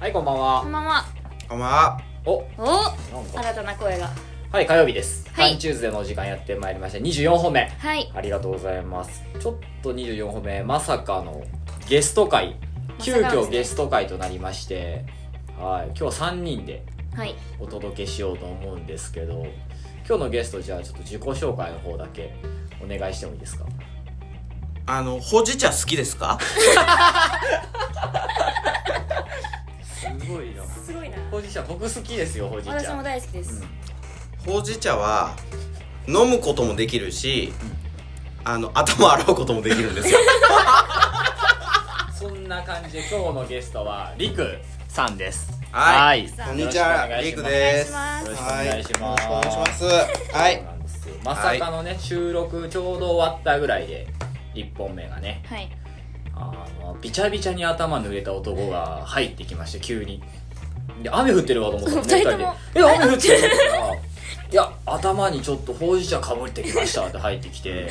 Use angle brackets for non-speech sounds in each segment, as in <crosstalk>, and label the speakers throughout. Speaker 1: はい、こんばんは
Speaker 2: こん。ばんは。
Speaker 3: こんばんは。
Speaker 1: お、
Speaker 2: お
Speaker 1: なんか。
Speaker 2: 新たな声が。
Speaker 1: はい、火曜日です。
Speaker 2: は
Speaker 1: は
Speaker 2: い
Speaker 1: い、チューズデーのお時間やってまいりました。24本目。
Speaker 2: はい。
Speaker 1: ありがとうございます。ちょっと24本目、まさかのゲスト会。
Speaker 2: まさ
Speaker 1: 急
Speaker 2: かのですね
Speaker 1: 遽ゲスト会となりまして、はい、今日3人で
Speaker 2: はい。
Speaker 1: お届けしようと思うんですけど、今日のゲスト、じゃあちょっと自己紹介の方だけお願いしてもいいですか。
Speaker 3: あの、ほうじ茶好きですか
Speaker 1: すごいな。
Speaker 2: すごいな。
Speaker 1: ほうじ茶、僕好きですよ、ほうじ茶。
Speaker 2: 私も大好きで
Speaker 1: う
Speaker 2: す
Speaker 1: ん。
Speaker 3: ほうじ茶は、飲むこともできるし、あの、頭洗うこともできる
Speaker 1: <laughs>
Speaker 3: んですよ。
Speaker 1: そんな感じで今日のゲストはりくさんです。
Speaker 3: はい
Speaker 1: よろしくお
Speaker 3: こ
Speaker 1: 願
Speaker 3: ん
Speaker 1: いします
Speaker 3: にちは、リークです。
Speaker 2: お願いしま
Speaker 1: よろしくお願いしま
Speaker 2: す
Speaker 3: は
Speaker 1: す
Speaker 3: よろしくお願いします。
Speaker 1: そ
Speaker 3: は
Speaker 1: う
Speaker 3: い。
Speaker 1: なんですよまさかのね収録ちょうど終わったぐらいで1本目がね
Speaker 2: はい。
Speaker 1: あのビチャビチャに頭濡れた男が入ってきまして急にで雨降ってるわと思ったのね
Speaker 2: 二人とも
Speaker 1: でえ雨降ってるのからいや頭にちょっとほうじ茶かぶってきましたって入ってきて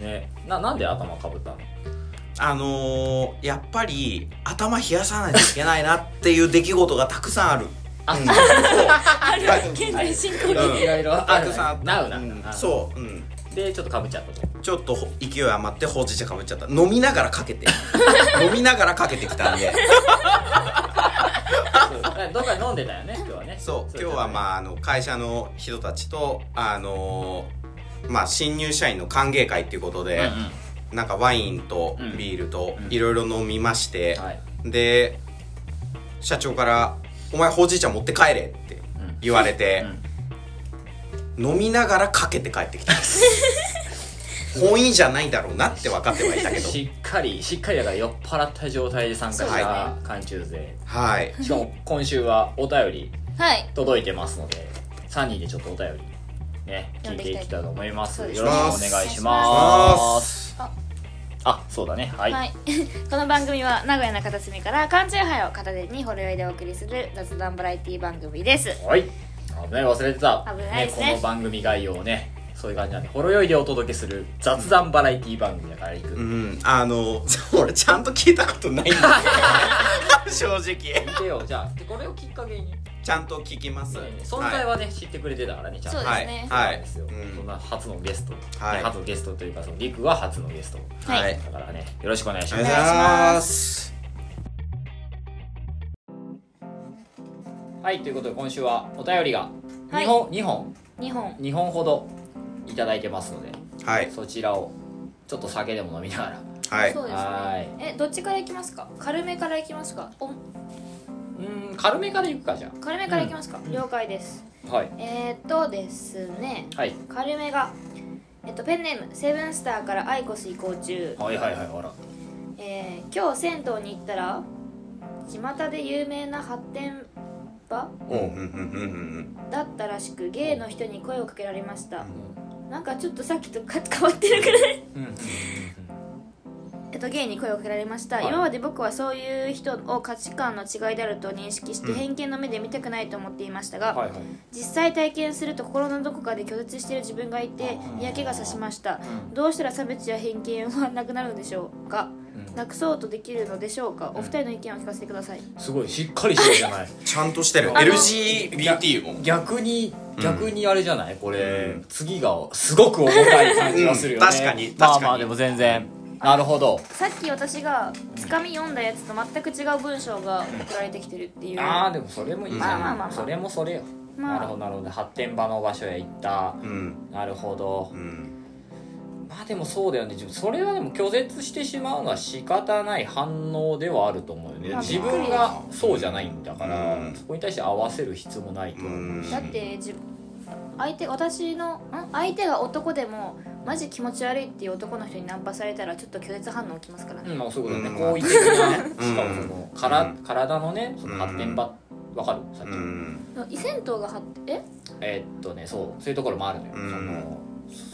Speaker 1: ねななんで頭かぶったの
Speaker 3: あのー、やっぱり、頭冷やさないといけないなっていう出来事がたくさんある。
Speaker 1: あ
Speaker 3: うん
Speaker 2: ある
Speaker 3: はい
Speaker 2: 現在進行
Speaker 1: いろ
Speaker 3: うん
Speaker 1: いろいろあ
Speaker 3: た
Speaker 1: る
Speaker 3: くさんあった。
Speaker 1: なうな
Speaker 3: うん
Speaker 1: あ
Speaker 3: そう、うん。
Speaker 1: でちょっとかぶっちゃった
Speaker 3: <laughs>
Speaker 1: と
Speaker 3: ちょっと勢い余ってほうじ茶かぶっちゃった。飲みながらか
Speaker 1: <laughs>
Speaker 3: けて。飲みながらかけてきたんで。
Speaker 1: そうどっかで飲んでたよね今日はね
Speaker 3: そう今日はまああの会社の人たちとあのーまあ新入社員の歓迎会っていうこと
Speaker 1: うん
Speaker 3: で、なんかワインと
Speaker 1: うん
Speaker 3: ビールと
Speaker 1: うん
Speaker 3: いろいろ飲みまして
Speaker 1: うん、はい
Speaker 3: で社長から「お前ほうじ茶持って帰れ」って
Speaker 1: うん
Speaker 3: 言われて
Speaker 1: う、ん
Speaker 3: 飲みながらかけて帰って
Speaker 1: <laughs>
Speaker 3: きた本意じゃないだろうなって分かってはいた
Speaker 1: <laughs>
Speaker 3: けど
Speaker 1: しっかりしっかりだから酔っ払った状態で参加し
Speaker 2: そうだ
Speaker 1: た
Speaker 2: ね
Speaker 1: 寒中勢
Speaker 3: はい
Speaker 1: しかも今週はお便り
Speaker 2: はい。
Speaker 1: 届いてますので3人でちょっとお便りね聞い
Speaker 2: 読ん
Speaker 1: て
Speaker 2: で
Speaker 1: い
Speaker 2: いきたい
Speaker 1: きたいと思います
Speaker 2: そうです
Speaker 1: よ
Speaker 2: ね
Speaker 1: ろしくお願いし
Speaker 3: あ
Speaker 1: ますあそうだねはい、
Speaker 2: はい。 <laughs> この番組は名古屋の片隅から缶チューハイを片手にほろ酔いでお送りする雑談バラエティ番組です。
Speaker 1: はい危ない忘れてた
Speaker 2: 危ないですね
Speaker 1: この番組概要をねそういう感じなんでほろ酔いでお届けする雑談バラエティ番組だから行く、
Speaker 3: うんあの <laughs> 俺ちゃんと聞いたことないんだけど
Speaker 1: <laughs>
Speaker 3: 正直
Speaker 1: 見てよじゃあでこれをきっかけに、ね
Speaker 3: ちゃんと聞きます、
Speaker 1: 存在はね、知ってくれてたからねちゃんと
Speaker 2: そうですね
Speaker 1: そう
Speaker 3: は
Speaker 1: なん
Speaker 3: い
Speaker 1: ですよ、
Speaker 3: うん
Speaker 1: そんな初のゲスト、
Speaker 3: はい
Speaker 1: 初のゲストというかそのリクは初のゲスト
Speaker 2: はい
Speaker 3: はい
Speaker 1: だからねよろしくお願いし
Speaker 3: お
Speaker 1: ま
Speaker 3: 願い
Speaker 1: す
Speaker 3: します
Speaker 1: はいということで今週はお便りが
Speaker 2: は
Speaker 1: 2
Speaker 2: い
Speaker 1: 本、2本
Speaker 2: 日本。
Speaker 1: 2本ほどいただいてますので
Speaker 3: はい
Speaker 1: そちらをちょっと酒でも飲みながら
Speaker 3: はい
Speaker 2: そうです
Speaker 1: は
Speaker 2: ね。え、どっちから行きますか軽めから行きますかお
Speaker 1: うーん軽めからいくかじゃ
Speaker 2: 軽めから行きますか了解です。
Speaker 1: あはい
Speaker 2: えーっとですね。
Speaker 1: はい
Speaker 2: 軽めが、えっと、ペンネームセブンスターからアイコス移行中、
Speaker 1: はいはいはいほら
Speaker 2: えー今日銭湯に行ったら巷で有名な発展場
Speaker 3: うんうんうんうんうん
Speaker 2: だったらしく芸の人に声をかけられましたなんかちょっとさっきとか <laughs> 変わってるくらい <laughs>
Speaker 1: うんうん
Speaker 2: えっと芸に声をかけられました、
Speaker 1: はい
Speaker 2: 今まで僕はそういう人を価値観の違いであると認識して
Speaker 3: うん
Speaker 2: 偏見の目で見たくないと思っていましたが、
Speaker 1: はいはい
Speaker 2: 実際体験すると心のどこかで拒絶している自分がいて
Speaker 1: あー
Speaker 2: 嫌気がさしました
Speaker 1: うん
Speaker 2: どうしたら差別や偏見はなくなるのでしょうか
Speaker 1: うん
Speaker 2: なくそうとできるのでしょうか
Speaker 1: ん
Speaker 2: お二人の意見を聞かせてください、
Speaker 1: すごいしっかりしてるじゃない <laughs>
Speaker 3: ちゃんとしてる
Speaker 1: あの
Speaker 3: LGBT も
Speaker 1: 逆に
Speaker 3: うん
Speaker 1: 逆にあれじゃないこれ、
Speaker 3: うん
Speaker 1: 次がすごく重たい感じがするよね、
Speaker 3: うん確かに確かに
Speaker 1: まあまあでも全然なるほど
Speaker 2: さっき私がつかみ読んだやつと全く違う文章が送られてきてるっていう
Speaker 1: ああでもそれもいいじゃん、
Speaker 2: まあまあまあまあ
Speaker 1: それもそれよ、
Speaker 2: まあ
Speaker 1: なるほどなるほど発展場の場所へ行った
Speaker 3: うん
Speaker 1: なるほど
Speaker 3: うん
Speaker 1: まあでもそうだよね自分それはでも拒絶してしまうのは仕方ない反応ではあると思うよね、
Speaker 2: まあ
Speaker 1: 自分がそうじゃないんだから、
Speaker 3: うん
Speaker 1: そこに対して合わせる必要もないと思う、
Speaker 3: うん
Speaker 2: だってじ相手私のん相手が男でもマジ気持ち悪いっていう男の人にナンパされたらちょっと拒絶反応起きますからね、
Speaker 1: うん、まあそういうことだね、
Speaker 3: うん
Speaker 1: 好意的なね、
Speaker 3: うん
Speaker 1: しかもそのから、
Speaker 3: うん
Speaker 1: 体のねその発展場、わかるさっき
Speaker 3: う
Speaker 1: の、
Speaker 3: ん
Speaker 2: 伊銭湯が張ってえ
Speaker 1: えーっとねそうそういうところもあるのよ、
Speaker 3: うん
Speaker 1: その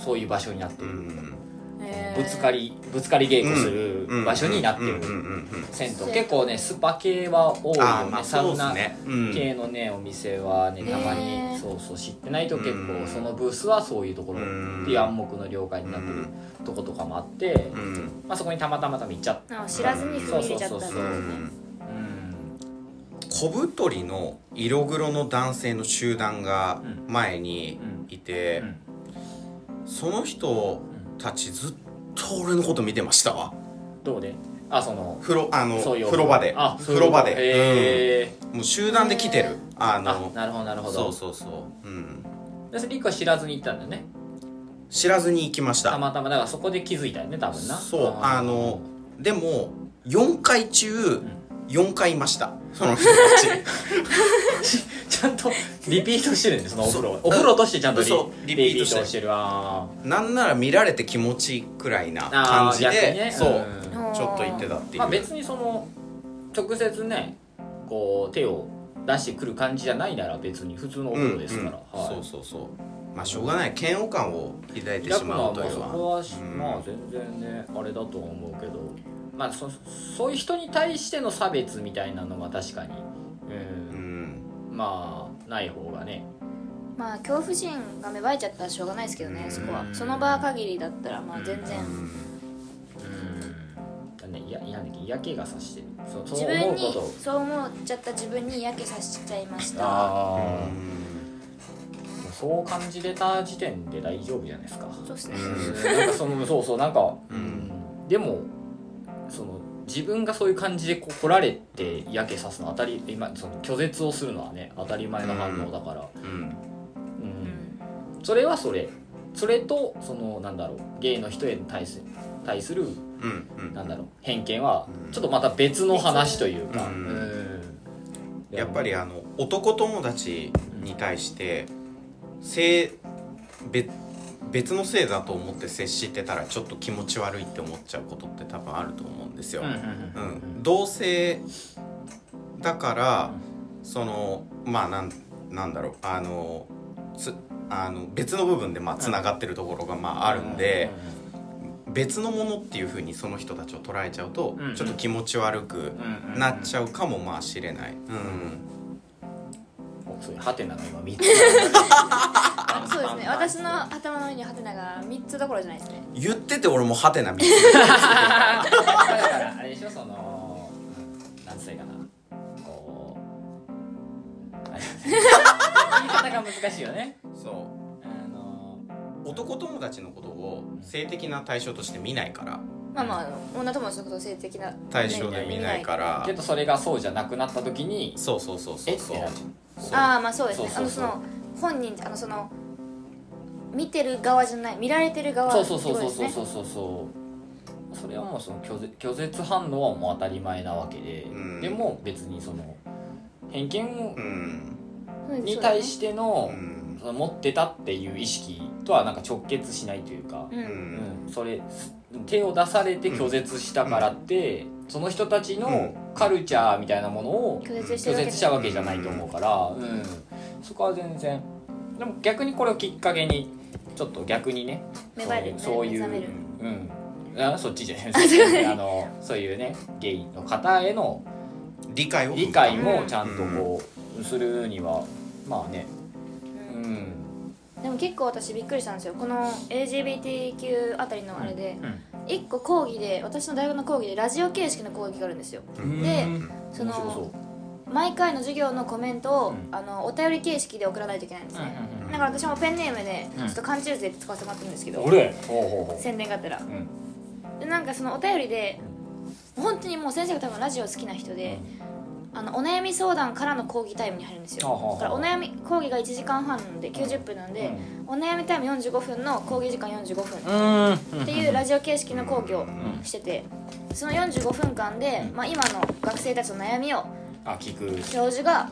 Speaker 1: そういう場所になって
Speaker 3: う
Speaker 1: る、
Speaker 3: ん
Speaker 2: えー
Speaker 1: ぶつかりぶつかり稽古す
Speaker 3: う
Speaker 1: る
Speaker 3: ん
Speaker 1: 場所になってる、
Speaker 3: うんうんうんうん
Speaker 1: 銭湯結構ねスパ系は多いよね,、
Speaker 3: あーまあ
Speaker 1: サ
Speaker 3: そ
Speaker 1: ウ
Speaker 3: うで
Speaker 1: ナ
Speaker 3: すねうん
Speaker 1: 系のねお店はねたまに、
Speaker 2: へー
Speaker 1: そうそう知ってないと結
Speaker 3: う
Speaker 1: 構
Speaker 3: ん
Speaker 1: そのブースはそういうところ、
Speaker 3: うん
Speaker 1: っていう暗黙の了解になってるとことかもあって、
Speaker 3: うん
Speaker 1: まあ、そこにたまたまたま行っちゃった
Speaker 2: なんか知らずに踏み入れちゃったん
Speaker 1: そう
Speaker 2: だ
Speaker 1: そう
Speaker 3: う
Speaker 1: そ
Speaker 3: ん
Speaker 1: うん
Speaker 3: 小太りの色黒の男性の集団が
Speaker 1: うん
Speaker 3: 前にいて、その人たちずっと俺のこと見てましたわ
Speaker 1: どうであその
Speaker 3: 風呂あの
Speaker 1: そういう
Speaker 3: 風呂場で
Speaker 1: あそうい
Speaker 3: 風
Speaker 1: う
Speaker 3: 呂場で、
Speaker 1: へえ
Speaker 3: うんもう集団で来てるあ
Speaker 1: あ
Speaker 3: の
Speaker 1: なるほどなるほど
Speaker 3: そうそうそう、うん、
Speaker 1: でそれリクは知らずに行ったんだよね
Speaker 3: 知らずに行きましたた
Speaker 1: またまだからそこで気づいたよね多分な
Speaker 3: そうあのでも4回中4回いましたその人
Speaker 1: <laughs>
Speaker 3: た
Speaker 1: <laughs> ちゃんとリピートしてるんでそのお風呂
Speaker 3: そう
Speaker 1: お風呂としてちゃんとリ
Speaker 3: そう
Speaker 1: リ
Speaker 3: リ
Speaker 1: ピ
Speaker 3: ピ
Speaker 1: ー
Speaker 3: ー
Speaker 1: ト
Speaker 3: ト
Speaker 1: し
Speaker 3: してて
Speaker 1: る
Speaker 3: る
Speaker 1: あ
Speaker 3: ちなんなら見られて気持ちいいくらいな
Speaker 1: ーあ
Speaker 3: 感
Speaker 1: ー
Speaker 3: じで、
Speaker 1: 逆にね
Speaker 3: そう、
Speaker 1: ん
Speaker 2: あー
Speaker 3: ちょっと行ってたっていう、
Speaker 1: まあ別にその直接ねこう手を出してくる感じじゃないなら別に普通のお
Speaker 3: うん
Speaker 1: 風呂ですから、
Speaker 3: うん
Speaker 1: はい
Speaker 3: そうそうそうまあしょうがない嫌悪感を抱いてし
Speaker 1: 逆
Speaker 3: ま
Speaker 1: の
Speaker 3: うと
Speaker 1: ま
Speaker 3: い
Speaker 1: あ
Speaker 3: う
Speaker 1: そ
Speaker 3: のは
Speaker 1: こはし、
Speaker 3: うん
Speaker 1: まあ全然ねあれだとは思うけどまあそそういう人に対しての差別みたいなのは確かに、
Speaker 3: う
Speaker 1: うん
Speaker 3: ん
Speaker 1: まあない方がね
Speaker 2: まあ恐怖心が芽生えちゃったらしょうがないですけどねそこは
Speaker 3: うん
Speaker 2: その場限りだったらまあ全然
Speaker 3: うん
Speaker 1: うんだねいやいやなんだっけ嫌気がさしてるそうそ
Speaker 2: 自
Speaker 1: う思
Speaker 2: 分
Speaker 1: うこ
Speaker 2: に
Speaker 1: と
Speaker 2: そう思っちゃった自分に嫌気させちゃいました
Speaker 1: あ
Speaker 3: う
Speaker 1: あ、
Speaker 3: ん
Speaker 1: そう感じれた時点で大丈夫じゃないですか
Speaker 2: そうですね
Speaker 1: うんなんかそのそうそうなんか、
Speaker 3: うん
Speaker 1: うんでもその自分がそういう感じでこう来られてやけさすの当たり今その拒絶をするのはね当たり前の反応だから、
Speaker 3: うん
Speaker 1: うん
Speaker 2: うん
Speaker 1: それはそれそれとそのなんだろうゲイの人へ対す対する
Speaker 3: うんうん
Speaker 1: なんだろう偏見は
Speaker 3: うん
Speaker 1: ちょっとまた別の話というか、
Speaker 3: うん
Speaker 1: うん
Speaker 3: やっぱりあの男友達に対して性別別の性だと思って接してたらちょっと気持ち悪いって思っちゃうことって多分あると思うんですよ。
Speaker 1: うんうん
Speaker 3: う
Speaker 1: うんうん
Speaker 3: ん、同性だからそのまあなんなんだろうあのつあの別の部分でまあつながってるところがまああるんで、別のものっていうふうにその人たちを捉えちゃうと
Speaker 1: うん
Speaker 3: ちょっと気持ち悪く
Speaker 1: うんうんうん
Speaker 3: なっちゃうかもまあしれない。うん
Speaker 1: おそういうハテナが今3つ
Speaker 2: あそうですね私の頭の上にハテナが3つどころじゃないですね
Speaker 3: 言ってて俺もハテナ見つ
Speaker 1: だからあれでしょその何歳かなこうあれ言い方が難しいよね
Speaker 3: <laughs> そ
Speaker 1: あの
Speaker 3: う男友達のことを性的な対象として見ないから
Speaker 2: まあまあ女友達のことを性的な
Speaker 3: 対象で見ないから
Speaker 1: けどそれがそうじゃなくなった時に
Speaker 3: そうそうそうそうそう
Speaker 1: えってなっち
Speaker 3: そう
Speaker 2: ああまあそうですね
Speaker 1: そうそうそう
Speaker 2: あのその本人あのその見てる側じゃない見られてる側
Speaker 1: そうそうそうそう
Speaker 2: ってことです
Speaker 1: そ
Speaker 2: ね
Speaker 1: うそうそうそれはもうその拒絶拒絶反応はもう当たり前なわけで、
Speaker 3: うん
Speaker 1: でも別にその偏見
Speaker 3: うん
Speaker 2: うん
Speaker 1: に対して
Speaker 3: う
Speaker 1: の、
Speaker 3: ん
Speaker 1: その持ってたっていう意識とはなんか直結しないというか、
Speaker 2: そう
Speaker 3: う
Speaker 2: ねうん
Speaker 3: ん
Speaker 1: うんそれ手を出されて拒絶したからって、その人たち
Speaker 3: う
Speaker 1: の
Speaker 3: ん
Speaker 1: カルチャーみたいなものを
Speaker 2: 拒絶し
Speaker 1: 拒
Speaker 2: てるわけ
Speaker 1: 絶したわけじゃないと思うから、うん、そこは全然でも逆にこれをきっかけにちょっと逆にね
Speaker 2: 芽生える
Speaker 1: そういう
Speaker 2: 目覚める
Speaker 1: うんあそっちじゃない <laughs> ですあのそういうねゲイの方への
Speaker 3: 理解を
Speaker 1: 理解もちゃんとこうするにはまあねうん
Speaker 2: でも結構私びっくりしたんですよこの LGBTQ あたりのあれで
Speaker 1: うん
Speaker 2: 一個講義で私の大学の講義でラジオ形式の講義があるんですよ
Speaker 3: うん
Speaker 2: で
Speaker 1: うん
Speaker 2: そ
Speaker 1: 面白
Speaker 2: の毎回の授業のコメントを、
Speaker 1: うん
Speaker 2: あのお便り形式で送らないといけないんです
Speaker 1: そう
Speaker 2: ね、
Speaker 1: うんうんうん
Speaker 2: だから私もペンネームで
Speaker 1: うん
Speaker 2: ちょっと缶チューズで使わせてもらってるんですけど、
Speaker 1: 俺ほうほうほう
Speaker 2: 宣伝があったら
Speaker 1: うん
Speaker 2: でなんかそのお便りで本当にもう先生が多分ラジオ好きな人で、あのお悩み相談からの講義タイムに入るんです
Speaker 1: はあはあは
Speaker 2: よ
Speaker 1: あ
Speaker 2: だからお悩み講義が1時間半なので90分なんで、お悩みタイム45分の講義時間45分
Speaker 1: うん
Speaker 2: っていうラジオ形式の講義を
Speaker 3: うん
Speaker 2: しててその45分間で、まあ、今の学生たちの悩みを
Speaker 1: あ聞く
Speaker 2: 教授が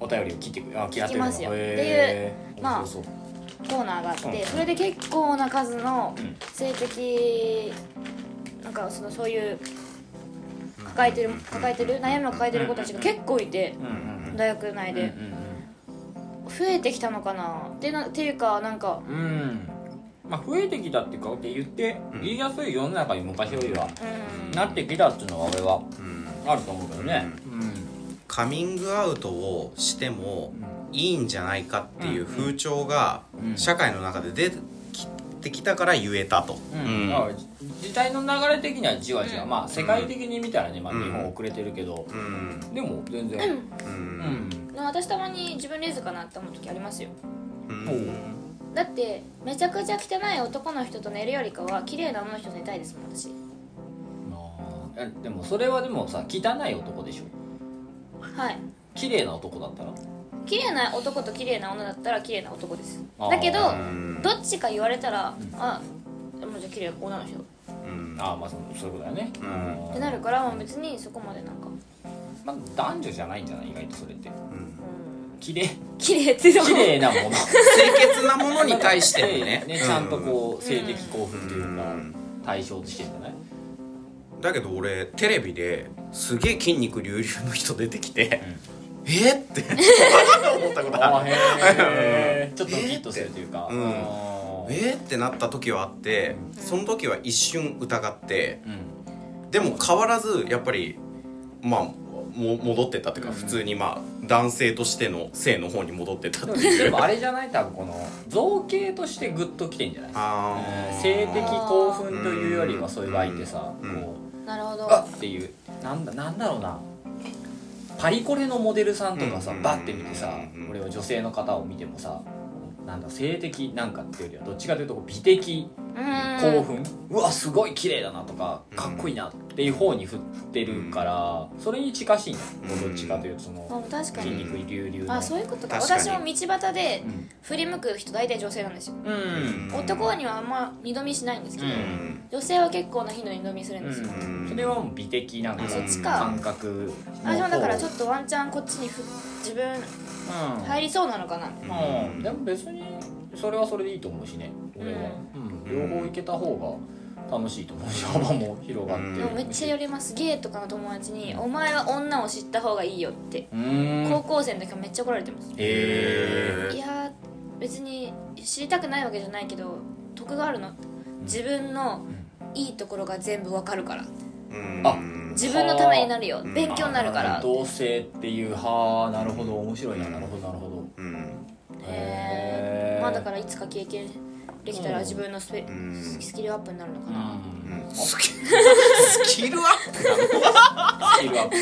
Speaker 1: お便りを聞いてくるあ聞
Speaker 2: きますよっていうまあ
Speaker 1: そう
Speaker 2: コーナーがあっ
Speaker 1: う
Speaker 2: て
Speaker 1: ん
Speaker 2: それで結構な数の
Speaker 1: うん
Speaker 2: 性的なんかそのそういう抱えてる抱えてる悩みを抱えてる子たちが結構いて
Speaker 1: うんうん
Speaker 2: 大学内で増えてきたのかなってなっていうかなんか
Speaker 1: うんうんまあ増えてきたっていうかって言って
Speaker 3: うん
Speaker 1: 言いやすい世の中に昔よりは
Speaker 2: うん
Speaker 1: なってきたっていうのは俺は
Speaker 3: うん
Speaker 1: あると思うけどねうん
Speaker 3: カミングアウトをしてもいいんじゃないかっていう風潮が
Speaker 1: うん
Speaker 3: 社会の中で出てきってきたから言えたと、
Speaker 1: う
Speaker 3: うん
Speaker 1: んだから時代の流れ的にはじわじわ、
Speaker 2: うん
Speaker 1: まあ世界的に見たらね、まあ、
Speaker 3: うん
Speaker 1: 日本遅れてるけど、
Speaker 3: うん
Speaker 1: でも全然
Speaker 3: う
Speaker 1: うんん、
Speaker 2: 私たまに自分レズかなって思う時ありますよ
Speaker 3: うん
Speaker 1: おう
Speaker 2: だってめちゃくちゃ汚い男の人と寝るよりかは綺麗な女の人と寝たいですもん私
Speaker 1: あーえでもそれはでもさ汚い男でしょ
Speaker 2: はい
Speaker 1: 綺麗な男だったら
Speaker 2: 綺麗な男と綺麗な女だったら綺麗な男です
Speaker 1: あー
Speaker 2: だけど
Speaker 3: うん
Speaker 2: どっちか言われたら
Speaker 1: うん
Speaker 2: あもうじゃあ綺麗な女の人っ
Speaker 3: うん
Speaker 1: ああまあそそういうことだよね、
Speaker 3: うん
Speaker 2: てなるからもう別にそこまでなんか
Speaker 1: まあ、男女じゃないんじゃない意外とそれって
Speaker 3: うん
Speaker 2: うん
Speaker 1: 綺麗
Speaker 2: 綺麗って
Speaker 1: 綺麗なもの
Speaker 3: 清潔なものに対しての
Speaker 1: <laughs>
Speaker 3: ね
Speaker 1: ねちゃんとこう
Speaker 2: うん
Speaker 1: 性的興
Speaker 3: う
Speaker 1: 奮というか
Speaker 3: ん
Speaker 1: 対象としてんじゃない
Speaker 3: だけど俺テレビですげえ筋肉隆々の人出てきて、えっって <laughs> 思ったことある
Speaker 1: あへ
Speaker 3: <laughs>
Speaker 1: えちょっとドキッとするというか
Speaker 3: うんえっってなった時はあってその時は一瞬疑って
Speaker 1: うん
Speaker 3: でも変わらずやっぱりまあも戻ってったっていうか
Speaker 1: うん
Speaker 3: 普通にまあ男性としての性の方に戻ってったって
Speaker 1: で
Speaker 3: いう
Speaker 1: もあれじゃない多分この造形としてグッときてんじゃない
Speaker 3: あー
Speaker 1: 性的興奮というよりはそういう場合ってさ
Speaker 3: うん
Speaker 1: こ
Speaker 2: なるほ
Speaker 1: う
Speaker 2: ど
Speaker 1: バッっていうなんだなんだろうなパリコレのモデルさんとかさ
Speaker 3: うん
Speaker 1: バッて見てさ
Speaker 3: うん
Speaker 1: 俺は女性の方を見てもさなんだ性的なんかっていうよりはどっちかというとこう美的
Speaker 2: うん
Speaker 1: 興奮うわすごい綺麗だなとかかっこいいなっていう方に振ってるからそれに近しいの
Speaker 3: うん
Speaker 1: どっちかというとそ
Speaker 2: あ
Speaker 1: の
Speaker 2: 確か
Speaker 1: 筋
Speaker 2: に
Speaker 1: 肉隆々
Speaker 2: あ
Speaker 1: の
Speaker 2: そういうことか
Speaker 3: 確かに
Speaker 2: 私も道端で
Speaker 1: うん
Speaker 2: 振り向く人大体女性なんですよ
Speaker 1: う
Speaker 3: うんん
Speaker 2: 男にはあんま二度見しないんですけど、
Speaker 1: う
Speaker 2: 女性は結構な頻度に二度見するんですよ、
Speaker 3: うん
Speaker 1: それはもう美的なんか
Speaker 3: あそっち
Speaker 2: か
Speaker 1: 感覚
Speaker 2: あでもだからちょ
Speaker 1: と
Speaker 2: っとワンチャンこっちにふ自分入りそうなのかな、
Speaker 1: うんでも別にそれはそれでいいと思うしね俺はうん両方いけた方が楽しいと思う <laughs> し幅も広がって
Speaker 2: でもめっちゃ寄りますゲイとかの友達に「お前は女を知った方がいいよ」って
Speaker 1: うーん
Speaker 2: 高校生の時はめっちゃ怒られてます、
Speaker 1: へ
Speaker 2: いやー別に知りたくないわけじゃないけど得があるの自分のいいところが全部わかるから
Speaker 1: あ
Speaker 2: 自分のためになるよ
Speaker 3: うん
Speaker 2: 勉強になるから
Speaker 1: 同性っていうはあなるほど面白いななるほどなるほ
Speaker 3: うん
Speaker 1: ど
Speaker 2: へえまあだかららいつか経験できたら自分のスペ、
Speaker 3: うん
Speaker 2: スキルアップになるのか
Speaker 1: う
Speaker 2: な、
Speaker 1: ん
Speaker 3: うんスキスキルアップなの
Speaker 1: スキルアップ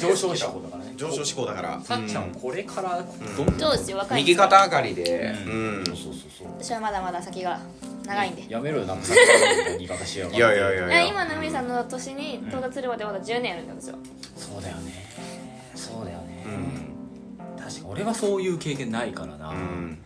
Speaker 1: 上昇志向だから
Speaker 2: <laughs>
Speaker 1: ね
Speaker 3: 上昇志向だから
Speaker 1: さっちゃんこれからどんどん
Speaker 2: どうですよ若い
Speaker 3: 右肩上がりで
Speaker 1: う
Speaker 3: うん
Speaker 1: そうそうそうそう
Speaker 2: 私はまだまだ先が長いんで
Speaker 1: やめろよ
Speaker 2: <laughs>
Speaker 1: なんかさっきから言い方しやがって
Speaker 3: いやいやいや
Speaker 2: いや今の海さんの年に到達するまでまだ10年あるんだよ私は
Speaker 1: そうだよねそうだよね
Speaker 3: うん
Speaker 1: 確か俺はそういう経験ないからな
Speaker 3: うん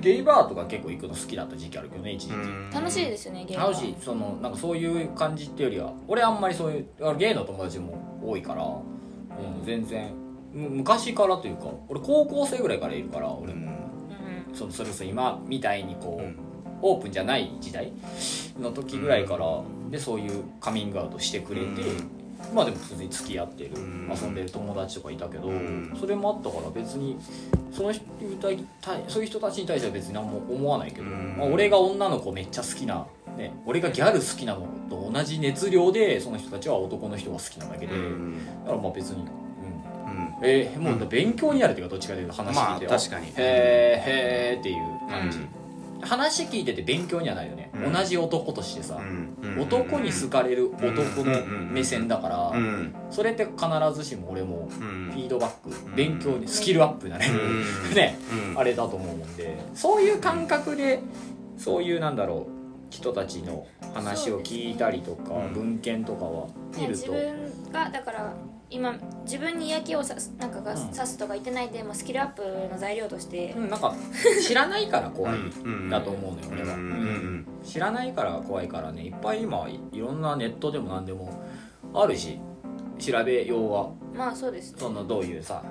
Speaker 1: ゲイバーとか結構行くの好きだった時期あるけどね一時期
Speaker 3: うん
Speaker 2: 楽しいですよねゲームは
Speaker 1: 楽しいそのなんかそういう感じっていうよりは俺あんまりそういうあゲイの友達も多いから、うん、全然む昔からというか俺高校生ぐらいからいるから俺も
Speaker 2: うん
Speaker 1: そのそれこそ今みたいにこう、
Speaker 3: うん
Speaker 1: オープンじゃない時代の時ぐらいから、でそういうカミングアウトしてくれて、まあでも普通に付き合ってる、
Speaker 3: うん
Speaker 1: 遊んでる友達とかいたけど、
Speaker 3: うん
Speaker 1: それもあったから別にその人に対対そういう人たちに対しては別に何も思わないけど、
Speaker 3: うん
Speaker 1: まあ、俺が女の子めっちゃ好きな、ね、俺がギャル好きなのと同じ熱量でその人たちは男の人が好きなだけで、
Speaker 3: うん
Speaker 1: だからまあ別に。うん
Speaker 3: うん
Speaker 1: えー、もう勉強になるというかどっちかというと話聞いて、
Speaker 3: まあ確かに
Speaker 1: へえへえっていう感じ、
Speaker 3: うん
Speaker 1: 話聞いてて勉強にはなるよね、
Speaker 3: うん
Speaker 1: 同じ男としてさ、
Speaker 3: うん
Speaker 1: 男に好かれる男の目線だから、
Speaker 3: うん
Speaker 1: それって必ずしも俺も
Speaker 3: う
Speaker 1: フ
Speaker 3: ん
Speaker 1: ィードバック、
Speaker 3: ん
Speaker 1: 勉強にスキルアップだね、<laughs>
Speaker 3: うん
Speaker 1: ね
Speaker 3: うん
Speaker 1: あれだと思うんでそういう感覚でそういうなんだろう人たちの話を聞いたりとか、
Speaker 3: うん
Speaker 1: 文献とかは見る
Speaker 2: 自
Speaker 1: と、
Speaker 2: 分がだから今自分に嫌気をさすなんかが
Speaker 1: うん
Speaker 2: さすとか言ってないで、まあ、スキルアップの材料として、
Speaker 1: うん、なんか知らないから怖い
Speaker 3: うん
Speaker 1: だと思うのよ
Speaker 3: う
Speaker 1: 俺は、
Speaker 3: ん
Speaker 1: 知らないから怖いからねいっぱい今いろんなネットでも何でもあるし調べようは
Speaker 2: まあそうですね
Speaker 1: そのどういうさ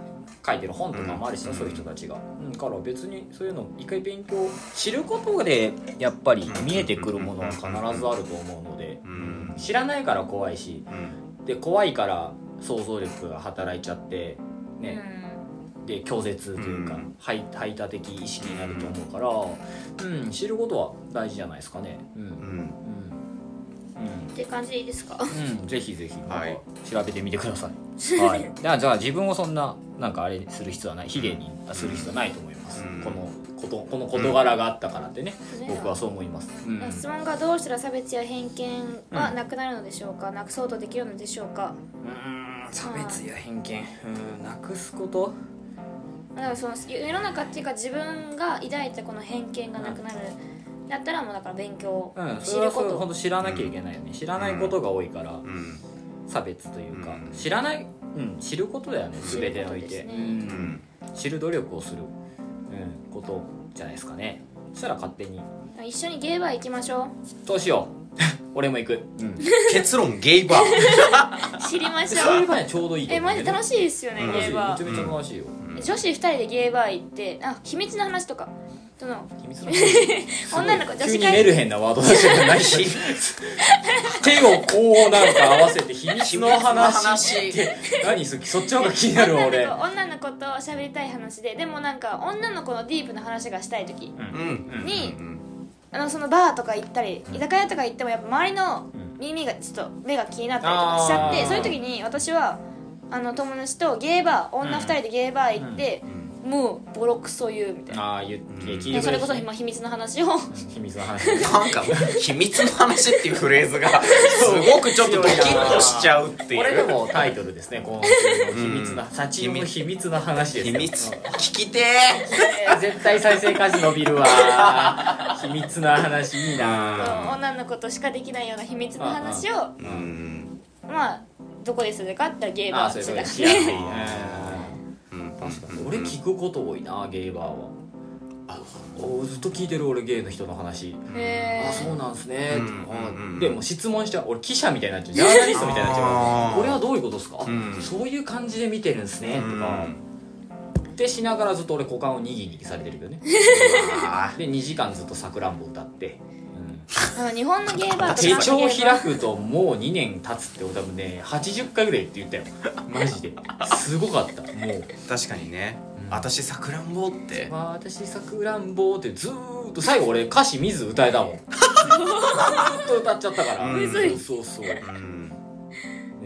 Speaker 1: 書いてる本とかもあるし、ね
Speaker 3: うん
Speaker 1: そういう人たちが、うん、から別にそういうの一回勉強知ることでやっぱり見えてくるものは必ずあると思うので、
Speaker 3: うん
Speaker 1: 知らないから怖いし
Speaker 3: うん
Speaker 1: で怖いから想像力が働いちゃって
Speaker 2: う
Speaker 1: ね、
Speaker 2: ん
Speaker 1: で拒絶というか、
Speaker 3: うん
Speaker 1: 排排他的意識になると思うから、うん、知ることは大事じゃないですかね。うんうん
Speaker 3: うん
Speaker 1: うん
Speaker 2: って感じでいいですか
Speaker 1: うん、ぜひぜひ、
Speaker 3: はい
Speaker 1: 調べてみてください。
Speaker 2: <laughs>
Speaker 1: <laughs> はい、じゃあ、じゃあ、自分をそんな、なんかあれする必要はない、ヒゲにする必要はないと思います。
Speaker 3: うん
Speaker 1: この、ことこの事柄があったからってね、
Speaker 2: ね
Speaker 1: 僕はそう思います、うん
Speaker 2: 質問がどうしたら差別や偏見はなくなるのでしょうか、なくそうとできるのでしょうか
Speaker 1: うん差別や偏見うんなくすこと
Speaker 2: だからその世の中っていうか自分が抱いたこの偏見がなくなる、だったらもうだから勉強、
Speaker 1: うんそ
Speaker 2: 知
Speaker 1: れ
Speaker 2: る
Speaker 1: は
Speaker 2: こ
Speaker 1: そう
Speaker 2: と
Speaker 1: 本当知らなきゃいけないよね、知らないことが多いから
Speaker 3: うん
Speaker 1: 差別というか、
Speaker 3: うん
Speaker 1: 知らない、うん、知ることだよね全てにおい
Speaker 2: 知
Speaker 1: て、
Speaker 2: ることですね
Speaker 3: う
Speaker 1: うん
Speaker 3: ん
Speaker 1: 知る努力をする、うん、ことじゃないですかねそしたら勝手に
Speaker 2: 一緒にゲーバー行きましょ
Speaker 1: <laughs> そうしよう俺も行く、 <laughs> うん、
Speaker 3: 結論ゲイバー
Speaker 2: う知りまし
Speaker 1: そうい
Speaker 2: ょ
Speaker 1: う
Speaker 2: う
Speaker 1: 場合はちょうどいいと
Speaker 2: え
Speaker 1: 思
Speaker 2: マ
Speaker 1: う
Speaker 2: ジ
Speaker 1: んだ
Speaker 2: で
Speaker 1: よね、
Speaker 2: 楽しいですよね、
Speaker 3: うん
Speaker 2: ゲーバ
Speaker 1: め
Speaker 2: ー
Speaker 1: ちゃめちゃ楽しいよ、
Speaker 3: うん
Speaker 2: 女子2人でゲーバー行ってあ秘密の話とかその
Speaker 1: 秘密の話
Speaker 2: <laughs> 女の子女
Speaker 1: 急
Speaker 2: 子
Speaker 1: にメ
Speaker 2: 会
Speaker 1: ルヘンなワード出してじゃない <laughs> し手をこうなんか合わせて秘密の話って何そそっちの方が気になるわ
Speaker 2: 女 <laughs>
Speaker 1: 俺
Speaker 2: の子女の子と喋りたい話ででもなんか女の子のディープな話がしたい時
Speaker 1: う
Speaker 3: うんん
Speaker 2: に
Speaker 3: うん
Speaker 2: あのそのバーとか行ったり居酒屋とか行ってもやっぱ周りの
Speaker 1: うん
Speaker 2: 耳がちょっと目が気になったりとかしちゃっ
Speaker 1: あ
Speaker 2: て
Speaker 1: ー
Speaker 2: そういう時に私はあの友達とゲーバー女2人でゲーバー行って、もうボロクソ言うみたいな、
Speaker 1: ああ言って
Speaker 3: う
Speaker 1: 聞いて
Speaker 3: ん
Speaker 1: く
Speaker 2: で
Speaker 1: れる
Speaker 2: それこそ今秘密の話を
Speaker 1: 秘密の話
Speaker 3: なんか秘密の話っていうフレーズがすごくちょっとドキッとしちゃうっていう
Speaker 1: これでもタイトルですね今週の秘密な幸男の秘密な話です
Speaker 3: 秘密
Speaker 1: うん
Speaker 3: 聞きて
Speaker 1: 絶対再生回数伸びるわ秘密な話いいな
Speaker 2: 女の子としかできないような秘密の話を
Speaker 3: ーうん
Speaker 2: まあどこでするかって言ったらゲー
Speaker 1: あ
Speaker 2: バ
Speaker 1: あ
Speaker 2: ー
Speaker 1: そう
Speaker 2: <laughs> で
Speaker 1: いうこ
Speaker 2: する
Speaker 1: とにし
Speaker 2: だけ
Speaker 1: やすい
Speaker 3: うん
Speaker 1: 確かに俺聞くこと多いなゲイバーはおずっと聞いてる俺ゲイの人の話
Speaker 2: へ
Speaker 1: あそ
Speaker 2: ー
Speaker 1: うなんすね、
Speaker 3: うん
Speaker 1: あ
Speaker 3: うんうん
Speaker 1: でも質問しちゃう俺記者みたいになっちゃうジャーナリストみたいになっちゃ
Speaker 3: あ
Speaker 1: う
Speaker 3: ー
Speaker 1: これはどういうことですか、
Speaker 3: うん
Speaker 1: そういう感じで見てるんですね、
Speaker 3: うん
Speaker 1: とかってしながらずっと俺股間をにぎにぎされてるけどね
Speaker 3: うわ
Speaker 1: で2時間ずっとさくらんぼ歌って、
Speaker 2: あの日本のゲーバーと
Speaker 1: 手
Speaker 2: 韓
Speaker 1: 帳
Speaker 2: 国ゲー
Speaker 1: 開
Speaker 2: バ
Speaker 1: くともう2年経つって俺多分ね80回ぐらいって言ったよマジですごかったもう
Speaker 3: ー <laughs> 確かにね
Speaker 1: うん
Speaker 3: 私さくらんぼって
Speaker 1: 私さくらんぼってずーっと最後俺歌詞見ず歌えたもんずーっと歌っちゃったから、
Speaker 3: む
Speaker 2: ずい
Speaker 1: そうそうそう
Speaker 3: う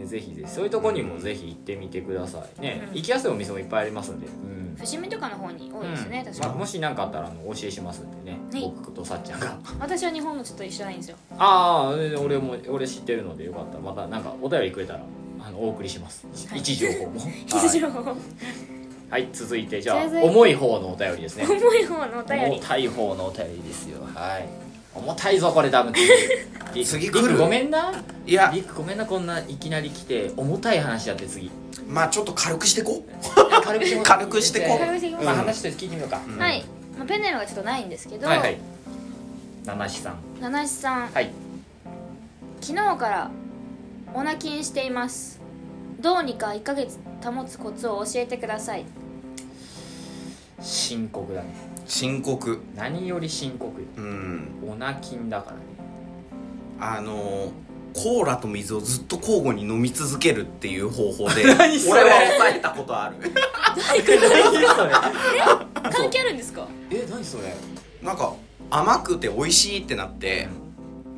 Speaker 3: ん
Speaker 1: ね、ぜひぜひそういうとこにもぜひ行ってみてくださいね、
Speaker 2: うん
Speaker 1: 行きやすいお店もいっぱいありますんで、うん
Speaker 2: ー伏見とかの方に多いですね、
Speaker 1: うん
Speaker 2: 確
Speaker 1: まあ
Speaker 2: か
Speaker 1: もし何かあったらあのお教えしますんでね、
Speaker 2: はい
Speaker 1: 僕とさっちゃんが
Speaker 2: 私は日本のちょっと一緒じゃないんですよ
Speaker 1: ああで俺も俺知ってるのでよかったらまたなんかお便りくれたらあのお送りします、
Speaker 2: はい
Speaker 1: 位置情
Speaker 2: <laughs>
Speaker 1: 報も
Speaker 2: 必需を
Speaker 1: はい、はい続いてじゃあ
Speaker 2: 続いて
Speaker 1: 重い方のお便りですね
Speaker 2: 重い方のお便
Speaker 1: 重
Speaker 2: り
Speaker 1: たい方のお便りですよはい重たいぞこれ多 <laughs> 分次リ
Speaker 3: 次
Speaker 1: リ
Speaker 3: 来る
Speaker 1: クごめんない
Speaker 3: や
Speaker 1: リクごめんなこんないきなり来て重たい話やって次
Speaker 3: まあちょっと軽くしてこ
Speaker 1: <laughs> 軽くします
Speaker 3: 軽くしてこう
Speaker 2: 軽くしていきます
Speaker 1: まあ話して聞いてみようか、
Speaker 3: う
Speaker 2: はい、まあ、ペンネルがちょっとないんですけど、
Speaker 1: はいはい七七さん
Speaker 2: 七七さん
Speaker 1: はい
Speaker 2: 昨日からオナキンしていますどうにか1ヶ月保つコツを教えてください
Speaker 1: 深刻だね
Speaker 3: 深刻
Speaker 1: 何より深刻よ
Speaker 3: うん
Speaker 1: オナキンだ <laughs> からね
Speaker 3: あのーコーラと水をずっと交互に飲み続けるっていう方法で
Speaker 1: <laughs> 何それ
Speaker 3: 俺は抑えたことある
Speaker 2: 関係あるんですか
Speaker 1: <laughs> え何それ
Speaker 3: なんか甘くて美味しいってなって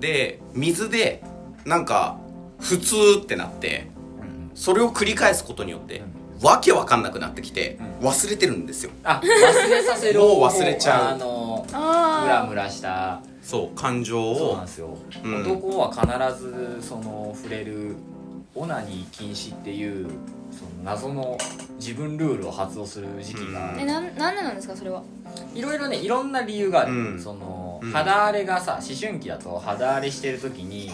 Speaker 3: で水でなんか普通ってなって
Speaker 1: うん
Speaker 3: それを繰り返すことによって、わけわかんなくなってきて、
Speaker 1: う
Speaker 3: 忘れてるんですよ
Speaker 1: あ忘れさせる
Speaker 3: もう忘れちゃう
Speaker 1: あのムラ
Speaker 2: あ
Speaker 1: ムラした
Speaker 3: そう感情
Speaker 1: そうな
Speaker 3: を
Speaker 1: んですよ、
Speaker 3: うん
Speaker 1: 男は必ずその触れるオナニー禁止っていうその謎の自分ルールを発動する時期が
Speaker 3: う
Speaker 2: えなんなんでなんですかそれはい
Speaker 1: ろいろねいろんな理由がある、
Speaker 3: うん
Speaker 1: その
Speaker 3: うん
Speaker 1: 肌荒れがさ思春期だと肌荒れしてる時に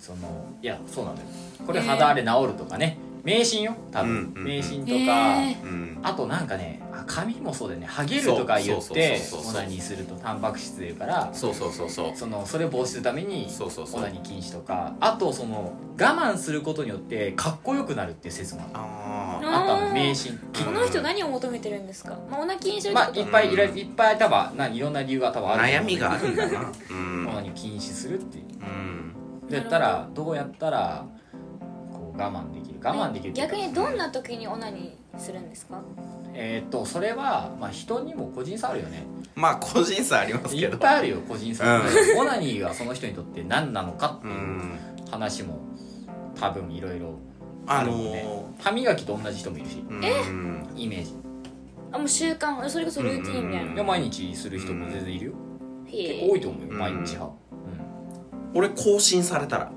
Speaker 1: そのいやそうなんだよこれ
Speaker 2: えー
Speaker 1: 肌荒れ治るとかね迷信よ多
Speaker 3: う
Speaker 1: 分、
Speaker 3: んうんうん
Speaker 1: 迷信とか、
Speaker 2: え
Speaker 3: うん
Speaker 1: あとなんかねあ髪もそうだよねハゲるとか言っ
Speaker 3: そう
Speaker 1: て
Speaker 3: そうそうそうそ
Speaker 1: オ
Speaker 3: う
Speaker 1: ナニーするとタンパク質出るから
Speaker 3: そうそうそうそう
Speaker 1: そのそれを防止するために
Speaker 3: そうそうそ
Speaker 1: オナ
Speaker 3: う
Speaker 1: ニー禁止とかあとその我慢することによってかっこよくなるっていう説もある
Speaker 3: あー
Speaker 1: あった
Speaker 2: あ
Speaker 1: の
Speaker 2: ー
Speaker 1: 迷信
Speaker 2: ーこの人何を求めてるんですか、まあ、オナキンしてるって
Speaker 1: まあ
Speaker 2: こと
Speaker 1: いっぱいいろいろいっぱい多分ないろんな理由が多分あると思うん
Speaker 3: 悩
Speaker 1: だけ
Speaker 3: み
Speaker 1: ど
Speaker 3: があるんだなう
Speaker 1: オ
Speaker 3: ん
Speaker 1: ナニー禁止するっていう
Speaker 3: うん
Speaker 1: でやったらどうやったらこう我慢できる我慢できるっていうか
Speaker 2: 逆にどんな時にオナニーするんですか
Speaker 1: えーっとそれはまあ人にも個人差あるよね
Speaker 3: まあ個人差あります
Speaker 1: い
Speaker 3: け
Speaker 1: っ
Speaker 3: ど
Speaker 1: ぱいあるよ個人差、オナニーがその人にとって何なのかって
Speaker 3: う
Speaker 1: いうん話も多分いろいろ
Speaker 3: あの
Speaker 1: あるもんね
Speaker 3: ー
Speaker 1: 歯磨きと同じ人もいるし
Speaker 3: うん
Speaker 1: イメージ
Speaker 2: あもう習慣それこそルーティンみたい
Speaker 3: うん
Speaker 2: な
Speaker 1: や毎日する人も全然いるよ、結構
Speaker 2: へ
Speaker 1: 多
Speaker 2: え
Speaker 1: いと思うよ
Speaker 3: うん
Speaker 1: 毎日派、
Speaker 3: 俺更新されたらウ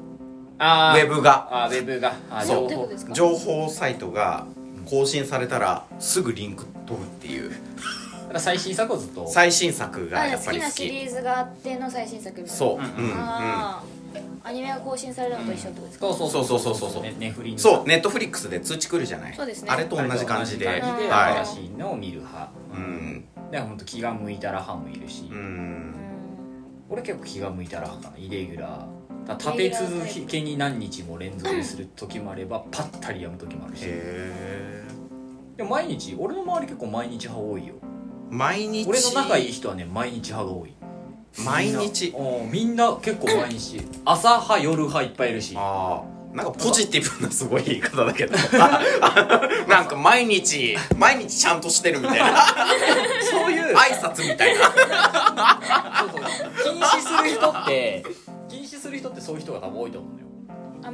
Speaker 1: あ
Speaker 3: ェブが
Speaker 1: あウェブがあ
Speaker 3: そ
Speaker 1: 情
Speaker 2: ど
Speaker 3: う
Speaker 2: ういうこ
Speaker 1: 報
Speaker 2: とですか
Speaker 3: 情報サイトが更新されたらすぐリンク飛ぶっていう
Speaker 1: だから最新作をずっと
Speaker 3: 最新作が
Speaker 2: あじ
Speaker 3: や
Speaker 2: ゃあ好
Speaker 3: っぱ
Speaker 2: き
Speaker 3: り好
Speaker 2: なシ
Speaker 3: き
Speaker 2: リーズがあっての最新作みたいな
Speaker 3: そう
Speaker 1: うん
Speaker 3: うんうん
Speaker 2: ああアニメが更新されるのと一緒ってことですか、
Speaker 1: そうそう
Speaker 3: そうそうそうそう
Speaker 1: ねねフリの
Speaker 3: そうネットフリックスで通知来るじゃない
Speaker 2: そうですね
Speaker 3: あれと同じ感じで
Speaker 1: あれと同じ感じで
Speaker 3: は
Speaker 1: 新しいのを見る派
Speaker 3: いうん
Speaker 1: でほんと気が向いたら派もいるし、
Speaker 3: うん
Speaker 1: 俺結構気が向いたら派かなイレギュラーだから立て続けに何日も連続する時もあればパッタリやむ時もあるし
Speaker 3: へえ
Speaker 1: でも毎日俺の周り結構毎日派多いよ
Speaker 3: 毎日
Speaker 1: 俺の仲いい人はね毎日派が多い
Speaker 3: 毎日
Speaker 1: みんなうんみんな結構毎日朝派夜派いっぱいいるし
Speaker 3: ああなんかポジティブなすごい言い方
Speaker 1: <laughs>
Speaker 3: だけどなんか毎日毎日ちゃんとしてるみた
Speaker 1: <laughs>
Speaker 3: いな
Speaker 1: そういう
Speaker 3: 挨拶みたいな
Speaker 1: そうそう禁止する人って禁止する人ってそういう人が多分多いと思うのよ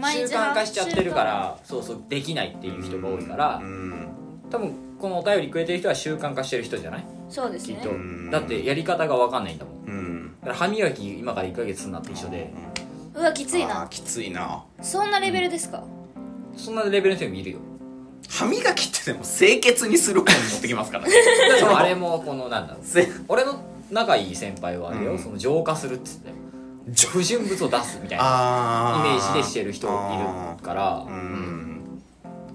Speaker 2: あ
Speaker 1: 習慣化しちゃってるからそうそうできないっていう人が多いから
Speaker 3: うん
Speaker 1: 多分このお便りくれてる人は習慣化してる人じゃない
Speaker 2: そうです
Speaker 1: き
Speaker 2: ね
Speaker 1: っと
Speaker 3: うん
Speaker 1: だってやり方が分かんないんだもんだ
Speaker 3: うん
Speaker 1: から歯磨き今から1ヶ月するなって一緒で
Speaker 2: うわき
Speaker 3: き
Speaker 2: つい
Speaker 3: あー
Speaker 2: な
Speaker 3: きついな
Speaker 2: そんなレベルですか、
Speaker 1: そんなレベルの人も <laughs> いるよ
Speaker 3: 歯磨きってでも清潔にする方に持ってきますか
Speaker 1: <laughs>
Speaker 3: らね
Speaker 1: でもあれもこのなんだろう
Speaker 3: せ
Speaker 1: 俺の仲いい先輩はあれよ、
Speaker 3: うん
Speaker 1: その浄化するっつってたよ
Speaker 3: 浄
Speaker 1: 不純物を出すみたいなイメ
Speaker 3: あ
Speaker 1: ージでしてる人いるから
Speaker 3: あ、ーうん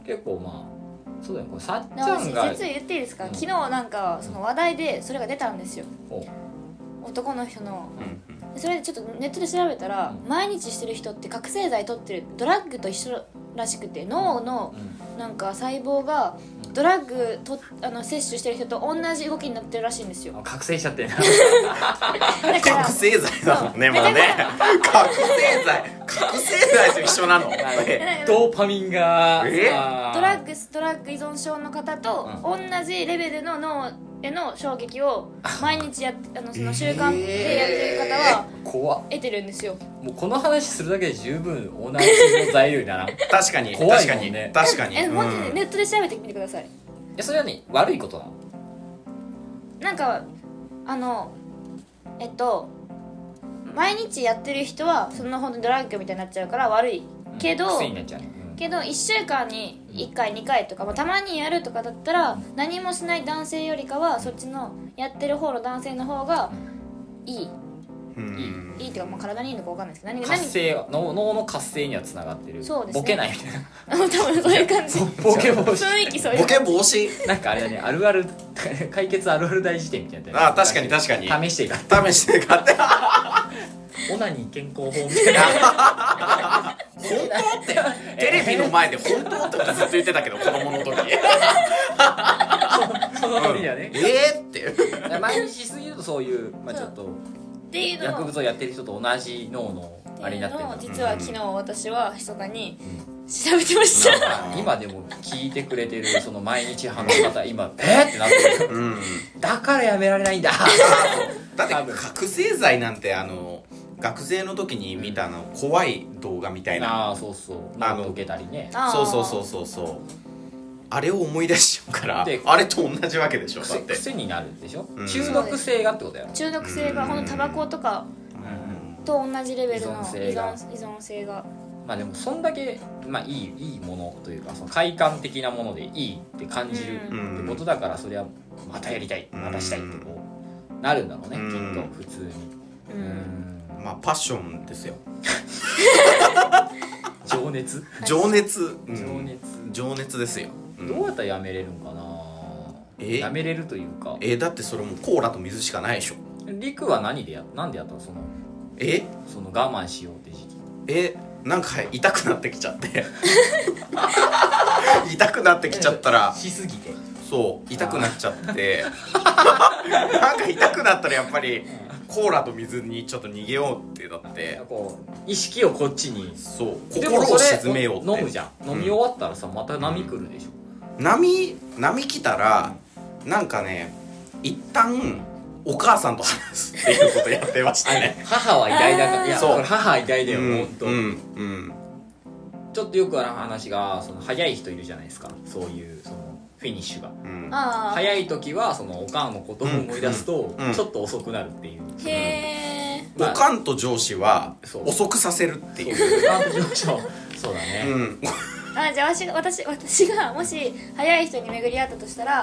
Speaker 1: 結構まあそうだよこれさっち
Speaker 2: でも
Speaker 1: ゃ
Speaker 2: 私
Speaker 1: んが
Speaker 2: 実は言っていいですか、
Speaker 1: うん
Speaker 2: 昨日なんかその話題でそれが出たんですよ
Speaker 1: お
Speaker 2: 男の人の
Speaker 3: うん
Speaker 2: でそれでちょっとネットで調べたら、
Speaker 1: う
Speaker 2: 毎日してる人って覚醒剤取ってるドラッグと一緒らしくて脳のなんか細胞がドラッグとあの摂取してる人と同じ動きになってるらしいんですよ
Speaker 1: あ覚醒しちゃ
Speaker 3: <laughs>
Speaker 1: ってるな
Speaker 2: だから
Speaker 3: 覚醒剤だもんね
Speaker 2: そう
Speaker 3: も
Speaker 2: め
Speaker 3: う
Speaker 2: ち
Speaker 3: ね
Speaker 2: ゃ
Speaker 3: 覚醒剤覚醒剤と一
Speaker 1: <laughs>
Speaker 3: 緒なのえ
Speaker 1: ドーパミンが
Speaker 3: え
Speaker 1: あー
Speaker 2: ドラッグスドラッグ依存症の方と同じレベルの脳への衝撃を毎日やってあのその習慣でやってる方は
Speaker 1: 怖っ
Speaker 2: 得てるんですよ
Speaker 1: もうこの話するだけで十分同じの材料に
Speaker 3: <laughs>
Speaker 1: ならんい
Speaker 3: 確かに
Speaker 1: 怖
Speaker 3: 確
Speaker 1: い
Speaker 3: か
Speaker 1: も
Speaker 3: に
Speaker 1: んね
Speaker 3: 確かに
Speaker 2: えマジで
Speaker 3: うん
Speaker 2: ネットで調べてみてください
Speaker 1: やそれはね悪いことなの
Speaker 2: なんかあのえっと毎日やってる人はそんな本当にドラッグみたいになっちゃうから悪いけど、
Speaker 1: 癖になっちゃう、うん
Speaker 2: けど1週間に1回2回とか、まあ、たまにやるとかだったら何もしない男性よりかはそっちのやってる方の男性の方がいい
Speaker 3: うん
Speaker 2: いいっていうか、まあ、体にいいのか分かんないですけど何が
Speaker 1: 活 <laughs>
Speaker 2: 何
Speaker 1: 性は脳脳の活性にはつながってる
Speaker 2: そうですね
Speaker 1: ボケないみたいな <laughs>
Speaker 2: 多分そういう感じ
Speaker 1: ボケ防止
Speaker 2: 雰囲気そういう
Speaker 3: ボ
Speaker 2: 感じ
Speaker 3: ケ防止
Speaker 1: なんかあれだねあるあ <laughs> る解決あるある大事典みたいな
Speaker 3: あ確かに確かに
Speaker 1: 試していか
Speaker 3: 試して買って
Speaker 1: オナニー健康法みたいな
Speaker 3: <laughs> 本当って <laughs> テレビの前で本当ってずっと言ってたけど子供 <laughs> の時
Speaker 1: その通りだね、
Speaker 3: えーって
Speaker 1: 毎日しすぎるとそういう、まあ、ちょっと
Speaker 2: っていうの
Speaker 1: 薬
Speaker 2: を
Speaker 1: 物をやってる人と同じ脳のあれになってる
Speaker 2: っ
Speaker 1: の
Speaker 2: ていうのを実は昨日私は密かに調べてまし
Speaker 3: なん
Speaker 2: た
Speaker 3: か
Speaker 1: 今でも聞いてくれてるその毎日派の方今えーってなってる
Speaker 3: うん
Speaker 1: だからやめられないん
Speaker 3: <laughs>
Speaker 1: だ
Speaker 3: だ
Speaker 1: 多
Speaker 3: って
Speaker 1: 分
Speaker 3: 覚醒剤なんてあの学生の時に見たあの怖い動画みたいな
Speaker 1: ああそうそう
Speaker 3: あ
Speaker 1: 脳
Speaker 3: の
Speaker 1: 溶けたりね
Speaker 2: あー
Speaker 3: そうそうそうそうそうあれを思い出しちゃうから
Speaker 1: で
Speaker 3: あれと同じわけでしょだっ
Speaker 1: 癖
Speaker 3: て
Speaker 1: 癖になるでしょ
Speaker 3: うん
Speaker 1: 中毒性がってことだよ
Speaker 2: 中毒性がほんとタバコとかと同じレベルの
Speaker 1: 依
Speaker 2: 依
Speaker 1: 存性が
Speaker 2: 存依存性が
Speaker 1: まあでもそんだけ、まあ、いいいいものというかその快感的なものでいいって感じるっ
Speaker 2: う
Speaker 1: て
Speaker 3: ん
Speaker 1: ことだからそれはまたやりたいまたしたいってこうなるんだろうねき
Speaker 3: うん
Speaker 1: っと普通に
Speaker 2: う
Speaker 1: うんん
Speaker 3: まあパッションですよ
Speaker 1: 情熱
Speaker 3: 情熱うん
Speaker 1: 情熱
Speaker 3: 情熱ですようん
Speaker 1: どうやったらやめれるんかな
Speaker 3: え
Speaker 1: やめれるというか
Speaker 3: えだってそれもうコーラと水しかないでしょ
Speaker 1: りくは何でやなんでやったのその
Speaker 3: え
Speaker 1: その我慢しようって時期
Speaker 3: えなんか痛くなってきちゃって <laughs> 痛くなってきちゃったら
Speaker 1: しすぎて
Speaker 3: そう痛くなっちゃってなんか痛くなったらやっぱりコーラと水にちょっと逃げようってなって
Speaker 1: こう意識をこっちに
Speaker 3: そう
Speaker 1: で
Speaker 3: 心
Speaker 1: もそ
Speaker 3: を
Speaker 1: れ
Speaker 3: 沈めようって
Speaker 1: 飲むじゃん飲み終わったらさまた波来るでしょ
Speaker 3: 波波来たらなんかね一旦お母さんと話すっていうことやってました
Speaker 1: <laughs>
Speaker 3: ね
Speaker 1: 母は偉大だからいや
Speaker 3: そう
Speaker 1: これ母は偉大だよ
Speaker 3: うん
Speaker 1: 本当
Speaker 3: うんうん
Speaker 1: ちょっとよくある話がその早い人いるじゃないですかそういうそのフィニッシュが
Speaker 3: うん
Speaker 2: ああ
Speaker 1: 早い時はそのおかんのことを思い出すと
Speaker 3: うんうん
Speaker 1: ちょっと遅くなるっていう、
Speaker 2: へえ
Speaker 3: お
Speaker 1: まあ
Speaker 3: かんと上司は
Speaker 1: そう
Speaker 3: 遅くさせるって
Speaker 1: そう
Speaker 3: いう
Speaker 1: そうだね、
Speaker 3: うん
Speaker 2: あじゃあ私が私私がもし早い人に巡り合ったとしたら、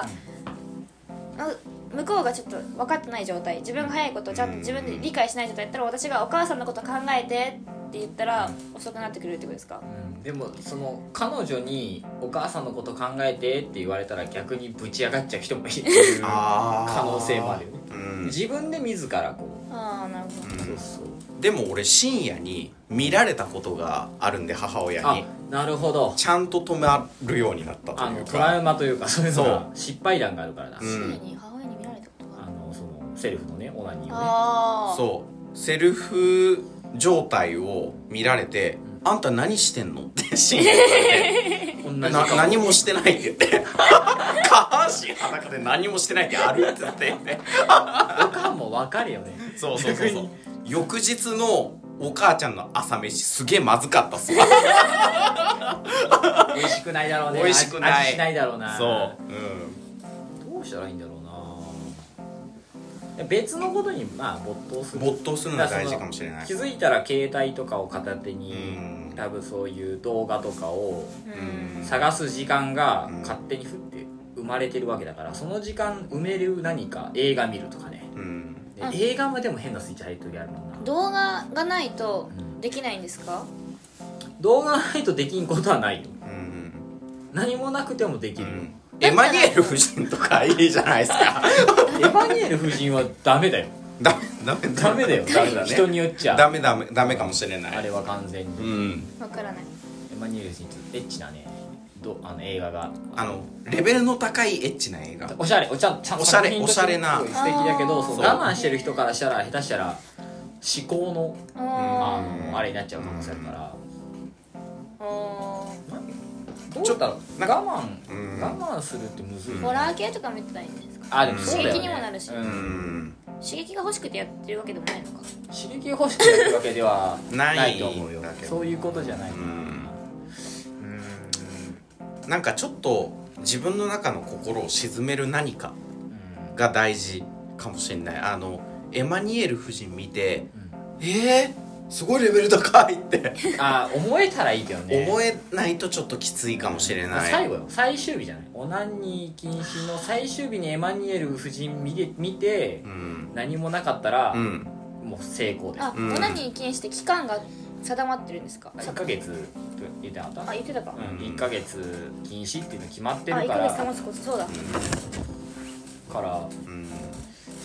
Speaker 2: あ向こうがちょっと分かってない状態自分が早いことをちゃんと自分で理解しない状態だったら私が「お母さんのこと考えて」って言ったら遅くなってくれるってことですか
Speaker 1: うんでもその彼女に「お母さんのこと考えて」って言われたら逆にぶち上がっちゃう人もいるっていう可
Speaker 3: あー
Speaker 1: 能性もあるよね
Speaker 3: うん
Speaker 1: 自分で自らこ
Speaker 2: ああなるほど
Speaker 1: う、そうそう
Speaker 3: でも俺深夜に見られたことがあるんで母親
Speaker 1: あ
Speaker 3: に
Speaker 1: なるほど
Speaker 3: ちゃんと止めるようになったと
Speaker 1: あ
Speaker 3: い
Speaker 1: の
Speaker 3: う
Speaker 1: トラ
Speaker 3: か
Speaker 1: ウマというかそういうの
Speaker 3: そ
Speaker 1: が失敗談があるからだ、
Speaker 3: うん
Speaker 2: 深夜に母親に見られたことがある
Speaker 1: あのそのセルフのねオナニーをね
Speaker 2: ああ
Speaker 3: そうセルフ状態を見られて「あんた何してんの?」 <laughs> って深夜に
Speaker 1: 同
Speaker 3: 言われて
Speaker 1: 顔
Speaker 3: な何もしてない」って言 <laughs> って「下半身裸で何もしてないってある?」って言って
Speaker 1: おかんもわかるよね
Speaker 3: <laughs> そうそうそう
Speaker 1: 逆
Speaker 3: そう
Speaker 1: に
Speaker 3: 翌日のお母ちゃんの朝飯すげえまずかったっす
Speaker 1: 美味しくないだろうね
Speaker 3: 美味しくない
Speaker 1: 味味しないだろうな
Speaker 3: そう、うん、
Speaker 1: どうしたらいいんだろうないや別のことにまあ没頭する
Speaker 3: 没頭するのが大事かもしれない
Speaker 1: 気づいたら携帯とかを片手に
Speaker 3: うん
Speaker 1: 多分そういう動画とかを
Speaker 2: う
Speaker 3: うん
Speaker 2: ん
Speaker 1: 探す時間が
Speaker 3: うん
Speaker 1: 勝手に降って生まれてるわけだからその時間埋める何か映画見るとかね
Speaker 3: うん
Speaker 1: で
Speaker 2: うん
Speaker 1: 映画もでも変なスイッチ入る時あるもんな
Speaker 2: 動画がないと
Speaker 1: うん
Speaker 2: できないんですか
Speaker 1: 動画がないとできんことはないよ
Speaker 3: うん
Speaker 1: 何もなくてもできるよ、
Speaker 3: エマニュエル夫人とかいいじゃないですか
Speaker 1: エヴァニエル夫人はダメだよ
Speaker 3: ダメダメ
Speaker 1: ダメだよ
Speaker 3: ダメだ
Speaker 1: 人
Speaker 3: ね
Speaker 1: によっちゃ
Speaker 3: ダメダメダメかもしれな
Speaker 1: あ
Speaker 3: い
Speaker 1: れは完全に
Speaker 3: うん
Speaker 2: わからない
Speaker 1: エマニュエルにエッチなねどあの映画が
Speaker 3: あのレベルの高いエッチな映画
Speaker 1: おしゃれおちゃんちゃん
Speaker 3: おしゃれ
Speaker 1: 作品として
Speaker 3: おしゃれな
Speaker 1: すごい素敵だけど
Speaker 2: あー
Speaker 1: そう
Speaker 3: そう
Speaker 1: 我慢してる人からしたら下手したら思考のあ
Speaker 2: あ
Speaker 1: のあれになっちゃう可能性あるから、
Speaker 2: ーあ
Speaker 1: どうだろう
Speaker 3: なんか
Speaker 1: 我
Speaker 3: うん
Speaker 1: 慢我慢するってむずい
Speaker 2: ー
Speaker 1: ね
Speaker 2: ホラー系とか見てないんですか
Speaker 1: あでもそうだよ、ね、
Speaker 2: 刺激にもなるし
Speaker 1: う
Speaker 3: うんん
Speaker 2: 刺激が欲しくてやってるわけでもないのか
Speaker 1: 刺激が欲しくなるわけでは
Speaker 3: ない
Speaker 1: ないと思うよ
Speaker 3: だけど
Speaker 1: そういうことじゃない、
Speaker 3: うん
Speaker 1: うん
Speaker 3: なんかちょっと自分の中の心を沈める何かが大事かもしれないあのエマニュエル夫人見てえー、すごいレベル高いって
Speaker 1: あ思えたらいいけどね
Speaker 3: 思えないとちょっときついかもしれない
Speaker 1: 最後よ最終日じゃないオナニー禁止の最終日にエマニュエル夫人見て見て
Speaker 3: うん
Speaker 1: 何もなかったら、
Speaker 3: うん
Speaker 1: もう成功です
Speaker 2: あ、
Speaker 3: うん
Speaker 2: オナニー禁止って期間が定まってるんですか
Speaker 1: 1ヶ月って言ってなかっ
Speaker 2: あ
Speaker 1: た
Speaker 2: 言ってたか、あ
Speaker 1: うん、1ヶ月禁止っていうの決まって
Speaker 2: 1
Speaker 1: るか
Speaker 2: ヶ月保
Speaker 1: ら
Speaker 2: つことそうだ
Speaker 1: から <laughs>
Speaker 3: うん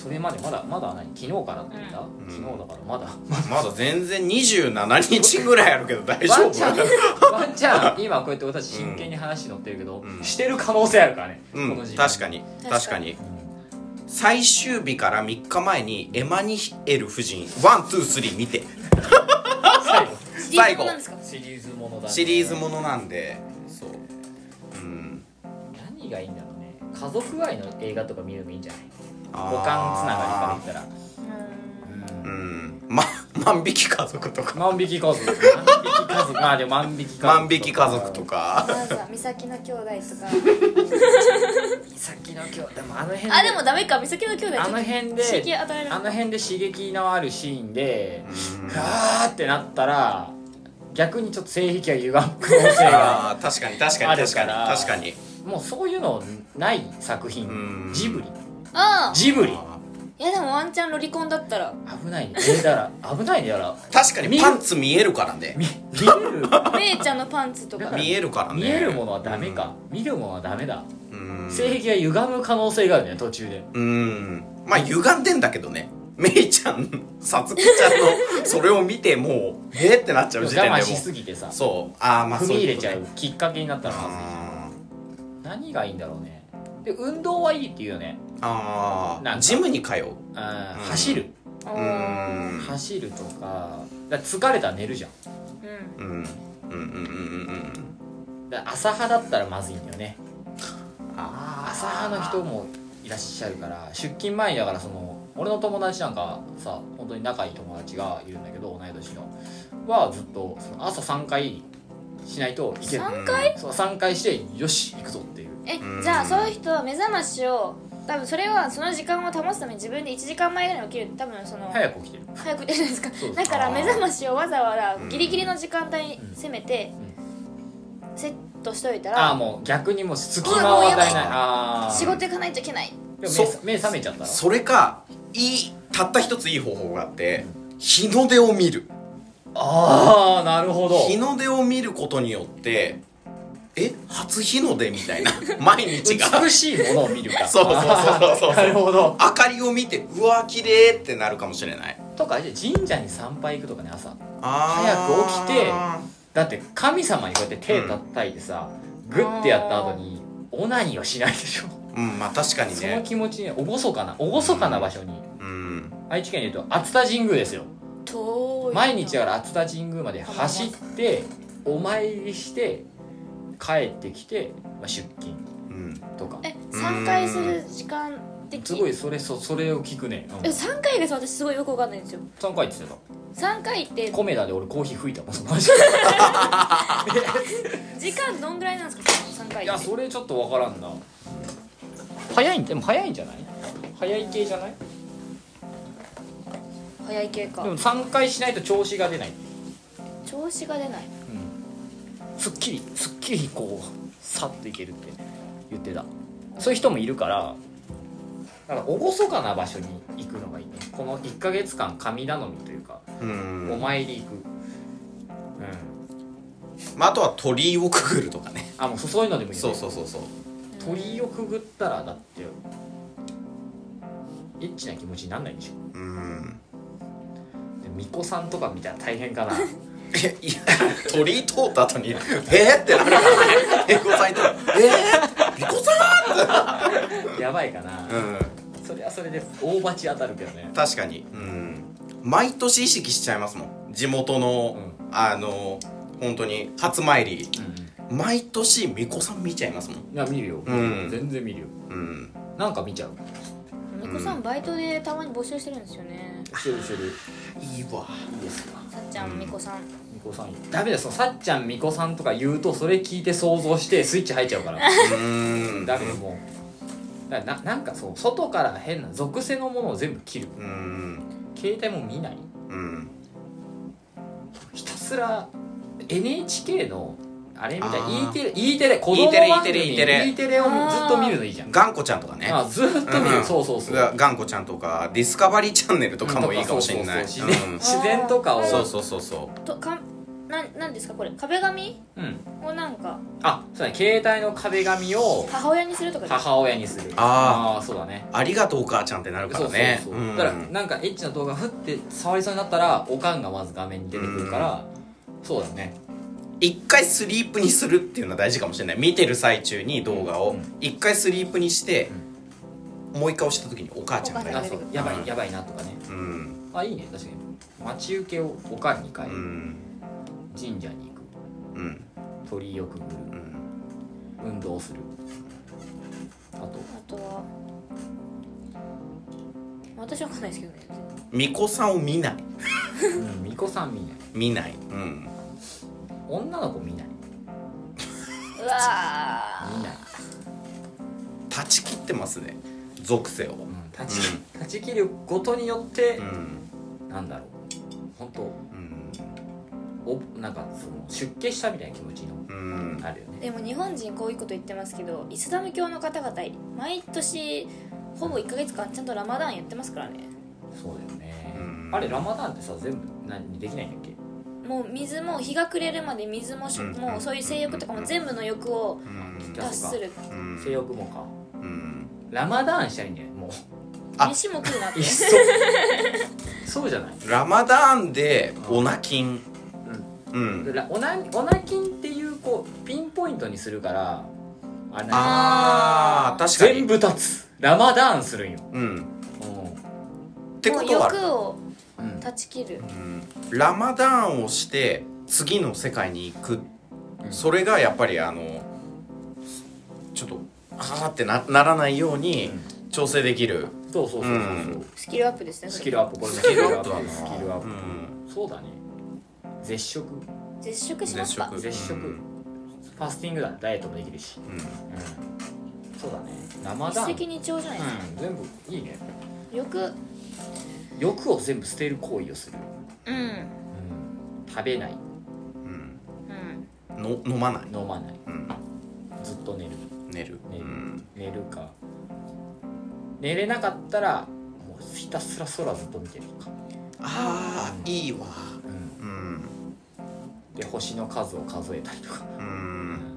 Speaker 1: それまでまだまだ何昨日からって言った、
Speaker 3: ん
Speaker 1: 昨日だからま
Speaker 3: <laughs>
Speaker 1: だ
Speaker 3: まだ全然27日ぐらいあるけど大丈
Speaker 1: ワン
Speaker 3: 夫
Speaker 1: ちゃんワンちゃん今こうやって私真剣に話に乗ってるけど、
Speaker 3: うん
Speaker 1: してる可能性あるからね、
Speaker 3: う
Speaker 1: この
Speaker 3: ん
Speaker 1: 時間
Speaker 3: 確かに
Speaker 2: 確かに
Speaker 3: 確かに最終日から3日前にエマニュエル夫人123見て
Speaker 1: 最後
Speaker 3: 最後
Speaker 2: なんですか
Speaker 1: シリーズものだ、ね、
Speaker 3: シリーズものなんでそううん
Speaker 1: 何がいいんだろうね家族愛の映画とか見るのもいいんじゃない
Speaker 3: あ
Speaker 1: 五感つながり
Speaker 3: り
Speaker 1: から言ったら、
Speaker 3: からうんま <laughs> 万引き家族とか
Speaker 1: 万引き家族万引き家族まあでも万引き家族
Speaker 3: 万引き家族とか
Speaker 2: まずは美咲の兄弟とか
Speaker 1: 先の今日でもあの辺
Speaker 2: あでもダメか美咲の兄弟ちょっ
Speaker 1: あ
Speaker 2: と
Speaker 1: の辺で
Speaker 2: 刺激与えら
Speaker 1: あ
Speaker 2: れる
Speaker 1: の辺で刺激のあるシーンで
Speaker 3: うん
Speaker 1: <laughs> ガーってなったら逆にちょっと性癖が歪む可能性が
Speaker 3: あー確かに確
Speaker 1: あ
Speaker 3: かに
Speaker 1: るか
Speaker 3: 確からに確かに
Speaker 1: もうそういうのない作
Speaker 3: う
Speaker 1: 品
Speaker 3: ん
Speaker 1: ジブリ
Speaker 2: あ
Speaker 1: ジブリ
Speaker 3: あ
Speaker 2: あいやでもワンチャンロリコンだったら
Speaker 1: 危ないねえだら危ないねだら
Speaker 3: ー確かにパンツ見えるからね
Speaker 1: 見見れる
Speaker 2: めいちゃんのパンツとか
Speaker 3: <laughs> 見えるからね
Speaker 1: 見えるものはダメか、見るものはダメだ、
Speaker 3: うん
Speaker 1: 性癖が歪む可能性があるね途中で
Speaker 3: うんまあ歪んでんだけどねめいちゃんさつきちゃんのそれを見てもうえーってなっちゃう
Speaker 1: 我
Speaker 3: 時点でも
Speaker 1: 慢しすぎてさ
Speaker 3: そうああまあ
Speaker 1: 踏
Speaker 3: そ
Speaker 1: み
Speaker 3: う
Speaker 1: 入
Speaker 3: い
Speaker 1: れ
Speaker 3: うこ
Speaker 1: ちゃ
Speaker 3: とね
Speaker 1: うきっかけになったらまずい
Speaker 3: あ
Speaker 1: 何がいいんだろうねで運動はいいって言うよね、
Speaker 3: ーあ
Speaker 1: なん
Speaker 3: ー
Speaker 1: か
Speaker 3: ジムに通う
Speaker 1: うん
Speaker 3: うん
Speaker 1: 走る
Speaker 2: お
Speaker 3: う
Speaker 2: ー
Speaker 3: ん
Speaker 1: 走るとかだから疲れたら寝るじゃん
Speaker 2: うん
Speaker 3: うんうんうんうんうん
Speaker 1: だから朝派だったらまずいんだよね
Speaker 3: あ
Speaker 1: 朝派の人もいらっしゃるから出勤前にだからその俺の友達なんかさ本当に仲いい友達がいるんだけど同い年のはずっとその朝3回しないといけない
Speaker 2: 3回
Speaker 1: そう3回してよし行くぞっていう
Speaker 2: え
Speaker 3: うん
Speaker 2: じゃあそういう人は目覚ましを多分それはその時間を保つために自分で1時間前ぐらいに起きる多分その
Speaker 1: 早く起きてる
Speaker 2: 早く出るじゃないです
Speaker 1: そう
Speaker 2: かだから
Speaker 3: あー
Speaker 2: 目覚ましをわざわざ
Speaker 3: うん
Speaker 2: ギリギリの時間帯に攻めてセットしといた
Speaker 1: ああー
Speaker 2: ら
Speaker 1: もう逆にもう隙間を与えない
Speaker 2: うんもうやばい
Speaker 1: ああ
Speaker 2: 仕事行かないといけない
Speaker 1: でも
Speaker 3: そう
Speaker 1: 目目覚めちゃったら
Speaker 3: それかいいたった一ついい方法があって日の出を見る
Speaker 1: ああなるほど
Speaker 3: 日の出を見ることによってえ初日の出みたいな毎日が
Speaker 1: 美しいものを見るか
Speaker 3: そうそうそうそうそう
Speaker 1: なるほど
Speaker 3: 明かりを見てうわ綺麗ってなるかもしれない
Speaker 1: とかじゃあ神社に参拝行くとかね朝
Speaker 3: あー
Speaker 1: 早く起きてだって神様にこうやって手叩いてさ、グッてやった後にオナニーはしないでしょ、
Speaker 3: うんまあ確かに
Speaker 1: その
Speaker 3: ね
Speaker 1: 気持ちに厳かな厳かな場所に、
Speaker 3: うん
Speaker 1: 愛知県でいうと熱田神宮ですよ
Speaker 2: 遠いな
Speaker 1: 毎日だから熱田神宮まで走ってお参りして帰ってきて、まあ、出勤
Speaker 3: うん
Speaker 1: とか
Speaker 2: え3回する時間的
Speaker 1: すごいそれそそれを聞くね、うん、
Speaker 2: え3回がさ私すごいよくわかんないんですよ
Speaker 1: 3回って言って
Speaker 2: 3回って
Speaker 1: たコメダで俺コーヒー吹いたもんマジ
Speaker 2: 時間どんぐらいなんですかその3回
Speaker 1: い
Speaker 2: っ
Speaker 1: や
Speaker 2: て
Speaker 1: それちょっとわからんな早いんでも早いんじゃない早い系じゃない
Speaker 2: 早い系か
Speaker 1: でも3回しないと調子が出ない、
Speaker 2: 調子が出ない
Speaker 1: すっきりすっきりこうさっといけるって言ってたそういう人もいるからだから厳かな場所に行くのがいいねこの1ヶ月間神頼みというか、
Speaker 3: うん
Speaker 1: お参り行くうん
Speaker 3: まあ、あとは鳥居をくぐるとかね
Speaker 1: あもうそそういうのでもいいよ
Speaker 3: そ
Speaker 1: ね
Speaker 3: うそうそうそう
Speaker 1: 鳥居をくぐったらだってエッチな気持ちになんないでしょ
Speaker 3: うん
Speaker 1: で巫女さんとか見たら大変かな
Speaker 3: えいや鳥居通った後に「えー、ってなるからねえこさんいたら「えー、えこさ
Speaker 1: やばいかな、
Speaker 3: ん!」うん
Speaker 1: それはそれで大鉢当たるけどね
Speaker 3: 確かにうん毎年意識しちゃいますもん地元の、
Speaker 1: う
Speaker 3: あの本当に初参り毎年巫女さん見ちゃいますもん
Speaker 1: いや見るよ、
Speaker 3: うん
Speaker 1: 全然見るよ
Speaker 3: うん
Speaker 1: なんか見ちゃう
Speaker 2: みこさんバイトでたまに募集してるんですよね
Speaker 1: してるしてる
Speaker 3: いいわ
Speaker 1: いいですか
Speaker 2: さっちゃんみこさん
Speaker 1: みこさんダメだよそのさっちゃんみこさんとか言うとそれ聞いて想像してスイッチ入っちゃうから
Speaker 3: うん
Speaker 1: ダメだよもうだからななんかそう外から変な属性のものを全部切る
Speaker 3: うん
Speaker 1: 携帯も見ない
Speaker 3: うん
Speaker 1: ひたすら NHK のあれみたい
Speaker 3: あー
Speaker 1: E テレ E テレ子
Speaker 3: E
Speaker 1: 供
Speaker 3: テレ
Speaker 1: 番組
Speaker 3: E テレ
Speaker 1: E テレをずっと見るのいいじゃん
Speaker 3: 頑固ちゃんとかね
Speaker 1: あずーっと見る、
Speaker 3: ん
Speaker 1: そうそうそう
Speaker 3: が頑固ちゃんとかディスカバリーチャンネルとかもいいかもしれない
Speaker 1: とかそうそうそう
Speaker 3: うん
Speaker 1: 自然自然とかを
Speaker 3: そうそうそうそ
Speaker 2: とかんなんなんですかこれ壁紙
Speaker 1: うん、
Speaker 2: をなんか
Speaker 1: あそうだね携帯の壁紙を
Speaker 2: 母親にするとかです
Speaker 1: 母親にする
Speaker 3: あ
Speaker 1: あーそうだね
Speaker 3: うありがとうお母ちゃんってなるか
Speaker 1: そうそ
Speaker 3: ら
Speaker 1: う
Speaker 3: ね
Speaker 1: そう、
Speaker 3: うん
Speaker 1: だからなんかエッチな動画ふって触りそうになったらおかんがまず画面に出てくるから、そうだね
Speaker 3: 一回スリープにするっていうのは大事かもしれない見てる最中に動画
Speaker 1: う
Speaker 3: を
Speaker 1: ん
Speaker 3: 一回スリープにして、もう一回押した時にお母ちゃんが
Speaker 2: お
Speaker 1: あ
Speaker 2: 母
Speaker 3: ね
Speaker 2: ち
Speaker 1: そ
Speaker 2: ゃん
Speaker 1: う
Speaker 2: が
Speaker 1: やば
Speaker 3: うん
Speaker 1: いやばいなとかね
Speaker 3: うん
Speaker 1: あいいね確かに待ち受けをおかんに変え
Speaker 3: う
Speaker 1: る、
Speaker 3: ん
Speaker 1: 神社に行く
Speaker 3: うん
Speaker 1: 鳥居をくぐる
Speaker 3: うん
Speaker 1: 運動するあと
Speaker 2: あとは私はわかんないですけどね
Speaker 3: 巫女さんを見ない
Speaker 1: うん巫女さん見ない
Speaker 3: 見ないうん
Speaker 1: 女の子見ないう
Speaker 2: わ
Speaker 1: 見ない、
Speaker 3: 断ち切ってますね属性を
Speaker 1: うん、断ち切断ち切ることによって、
Speaker 3: うん
Speaker 1: なんだろう本当
Speaker 3: うん
Speaker 1: おなんかその出家したみたいな気持ちの
Speaker 3: うん
Speaker 1: あるよね
Speaker 2: でも日本人こういうこと言ってますけどイスラム教の方々毎年ほぼ1か月間ちゃんとラマダンやってますからね
Speaker 1: そうだよね、
Speaker 3: うん
Speaker 1: あれラマダンってさ全部何できないんだっけ
Speaker 2: もう水も日が暮れるまで水もしょ
Speaker 3: うん
Speaker 2: もうそういう性欲とかも全部の欲を
Speaker 3: うん
Speaker 2: 達する
Speaker 3: うん
Speaker 1: 性欲もか
Speaker 3: うん
Speaker 1: ラマダンしたらいいんじゃないもう <laughs>
Speaker 3: あ
Speaker 2: 飯も食うなって
Speaker 1: いっそそうじゃない
Speaker 3: ラマダーンでオナキンうん
Speaker 1: ラオナオナキンっていうこうピンポイントにするからあれ
Speaker 3: あー確かに
Speaker 1: 全部立つラマダンするんよ、
Speaker 3: うん
Speaker 1: う
Speaker 3: って
Speaker 2: も
Speaker 3: こ
Speaker 2: う
Speaker 3: とは
Speaker 2: 欲を
Speaker 1: んうん、
Speaker 2: 断ち切る
Speaker 3: うんラマダーンをして次の世界に行く、
Speaker 1: うん
Speaker 3: それがやっぱりあのちょっとあーってなならないように調整できる、
Speaker 1: そうそうそうそうそう、
Speaker 3: うん
Speaker 2: スキルアップですねそれ
Speaker 1: スキルアップこれもスキルアップスキルアッ
Speaker 3: う
Speaker 1: プ
Speaker 3: ん
Speaker 1: そうだね絶食
Speaker 2: 絶食しますか
Speaker 1: 食絶食
Speaker 3: うん
Speaker 1: ファスティングだダイエットもできるし、
Speaker 3: うん
Speaker 1: うん、そうだね生だ
Speaker 2: 一石二鳥じゃないですか、
Speaker 1: うん全部いいね
Speaker 2: よく
Speaker 1: 欲を全部捨てる行為をする、
Speaker 2: うん
Speaker 1: 食べない
Speaker 3: うん
Speaker 2: うん
Speaker 3: の飲まない、
Speaker 1: 飲まない
Speaker 3: うん、
Speaker 1: ずっと寝る
Speaker 3: 寝る、
Speaker 1: 寝
Speaker 3: う
Speaker 1: る
Speaker 3: ん、
Speaker 1: 寝るか寝れなかったらもうひたすら空ずっと見てるか、
Speaker 3: ああいいわ
Speaker 1: うん、
Speaker 3: うん
Speaker 1: で星の数を数えたりとか、
Speaker 3: うん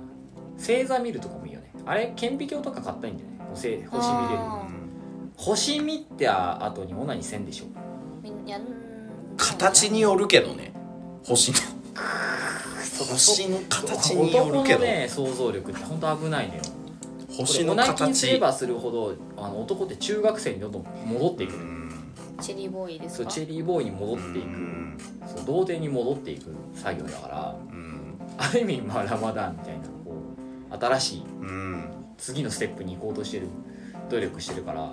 Speaker 1: 星座見るとかもいいよねあれ顕微鏡とか買ったらいいんじゃないもう星星見れる
Speaker 2: あ
Speaker 1: 星見てあ後にオナニーせんでしょ
Speaker 2: みんやん
Speaker 3: 形によるけどね星の星の形によるけ
Speaker 1: 男の
Speaker 3: ど
Speaker 1: ね想像力って本当危ないのよ
Speaker 3: 星
Speaker 1: これ
Speaker 3: の
Speaker 1: オナキにすれ
Speaker 3: 形
Speaker 1: ばするほどあの男って中学生にどんどん戻っていく
Speaker 3: う
Speaker 1: のよ
Speaker 3: ん
Speaker 2: チェリーボーイです
Speaker 1: そう
Speaker 2: か
Speaker 1: チェリーボーイに戻っていく、
Speaker 3: うん
Speaker 1: そう童貞に戻っていく作業だから
Speaker 3: うん
Speaker 1: ある意味まあラマダンみたいなこう新しい
Speaker 3: うん
Speaker 1: 次のステップに行こうとしてる努力してるから、うん、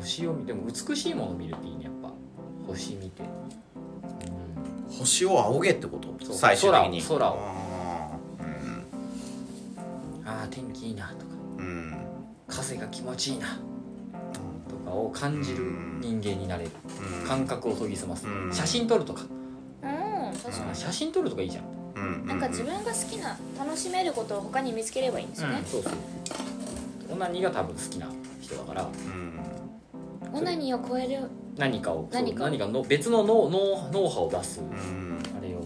Speaker 1: 星を見ても美しいものを見るっていいねやっぱ星見て、うん
Speaker 3: 星を仰げってこと
Speaker 1: そう
Speaker 3: 最終的に
Speaker 1: 空を空を
Speaker 3: あ
Speaker 1: ああ天気いいなとか
Speaker 3: ーうん
Speaker 1: 風が気持ちいいなとかを感じる人間になれる
Speaker 3: うん
Speaker 1: 感覚を研ぎ澄ます
Speaker 3: うん
Speaker 1: 写真撮るとか
Speaker 2: うん確かに
Speaker 1: あ写真撮るとかいいじゃん、
Speaker 3: うん
Speaker 2: なんか自分が好きな楽しめることを他に見つければいいんですよね、
Speaker 1: そうそうオナニーが多分好きな人だから
Speaker 3: うん
Speaker 2: オナニーを超える
Speaker 1: 何かをそう
Speaker 2: 何かを
Speaker 1: 何かの別の脳脳脳波を出す
Speaker 3: うん
Speaker 1: あれを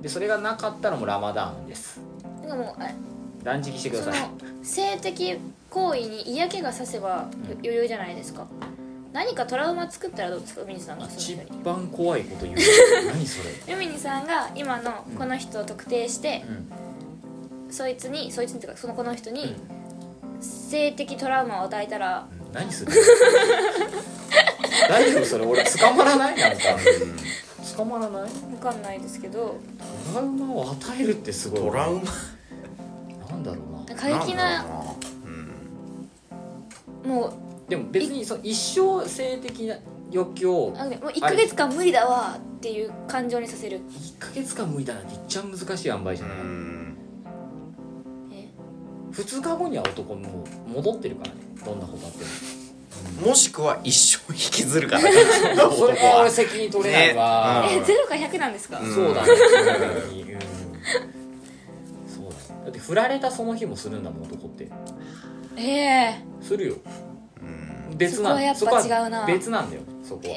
Speaker 1: でそれがなかったらもうラマダーンです
Speaker 2: なんかもうあ
Speaker 1: 断食してくだ
Speaker 2: そ
Speaker 1: さい
Speaker 2: の性的行為に嫌気がさせば
Speaker 1: うん
Speaker 2: 余裕じゃないですか何かトラウマ作ったらどうですか海にさんがそ
Speaker 1: 一
Speaker 2: の人に
Speaker 1: 番怖いこと
Speaker 2: <laughs>
Speaker 1: 言う何それ
Speaker 2: 海にさんが今の
Speaker 1: うん
Speaker 2: この人を特定して
Speaker 1: う、ん
Speaker 2: そいつにそいつにというかそのこの人に性的トラウマを与えたら
Speaker 1: うん何する大丈夫それ俺捕まらないなんか捕まらない
Speaker 2: 分かんないですけど
Speaker 1: トラウマを与えるってすごい
Speaker 3: トラウマ
Speaker 1: なんだろうな
Speaker 2: 過激な
Speaker 3: なんだろうなうん
Speaker 2: もう
Speaker 1: でも別にそう一生性的な欲求を
Speaker 2: あもう1ヶ月間無理だわっていう感情にさせる
Speaker 1: 1ヶ月間無理だなんていっちゃ難しい塩梅じゃない、
Speaker 3: うん
Speaker 2: え
Speaker 1: 2日後には男もう戻ってるからねどんなことあ
Speaker 3: <laughs>
Speaker 1: っても
Speaker 3: もしくは一生引きずるからね
Speaker 1: そ
Speaker 3: <laughs> 男
Speaker 1: れは俺
Speaker 3: は
Speaker 1: 責任取れないわ、
Speaker 3: ね
Speaker 2: えゼロか100なんですか、
Speaker 3: うん
Speaker 1: そうだね、うん、そうだねだって振られたその日もするんだもん男って
Speaker 2: え
Speaker 1: するよ
Speaker 3: うん
Speaker 1: 別なんだよ
Speaker 2: そこはやっぱ違うな
Speaker 1: そこは別なんだよそこ
Speaker 2: え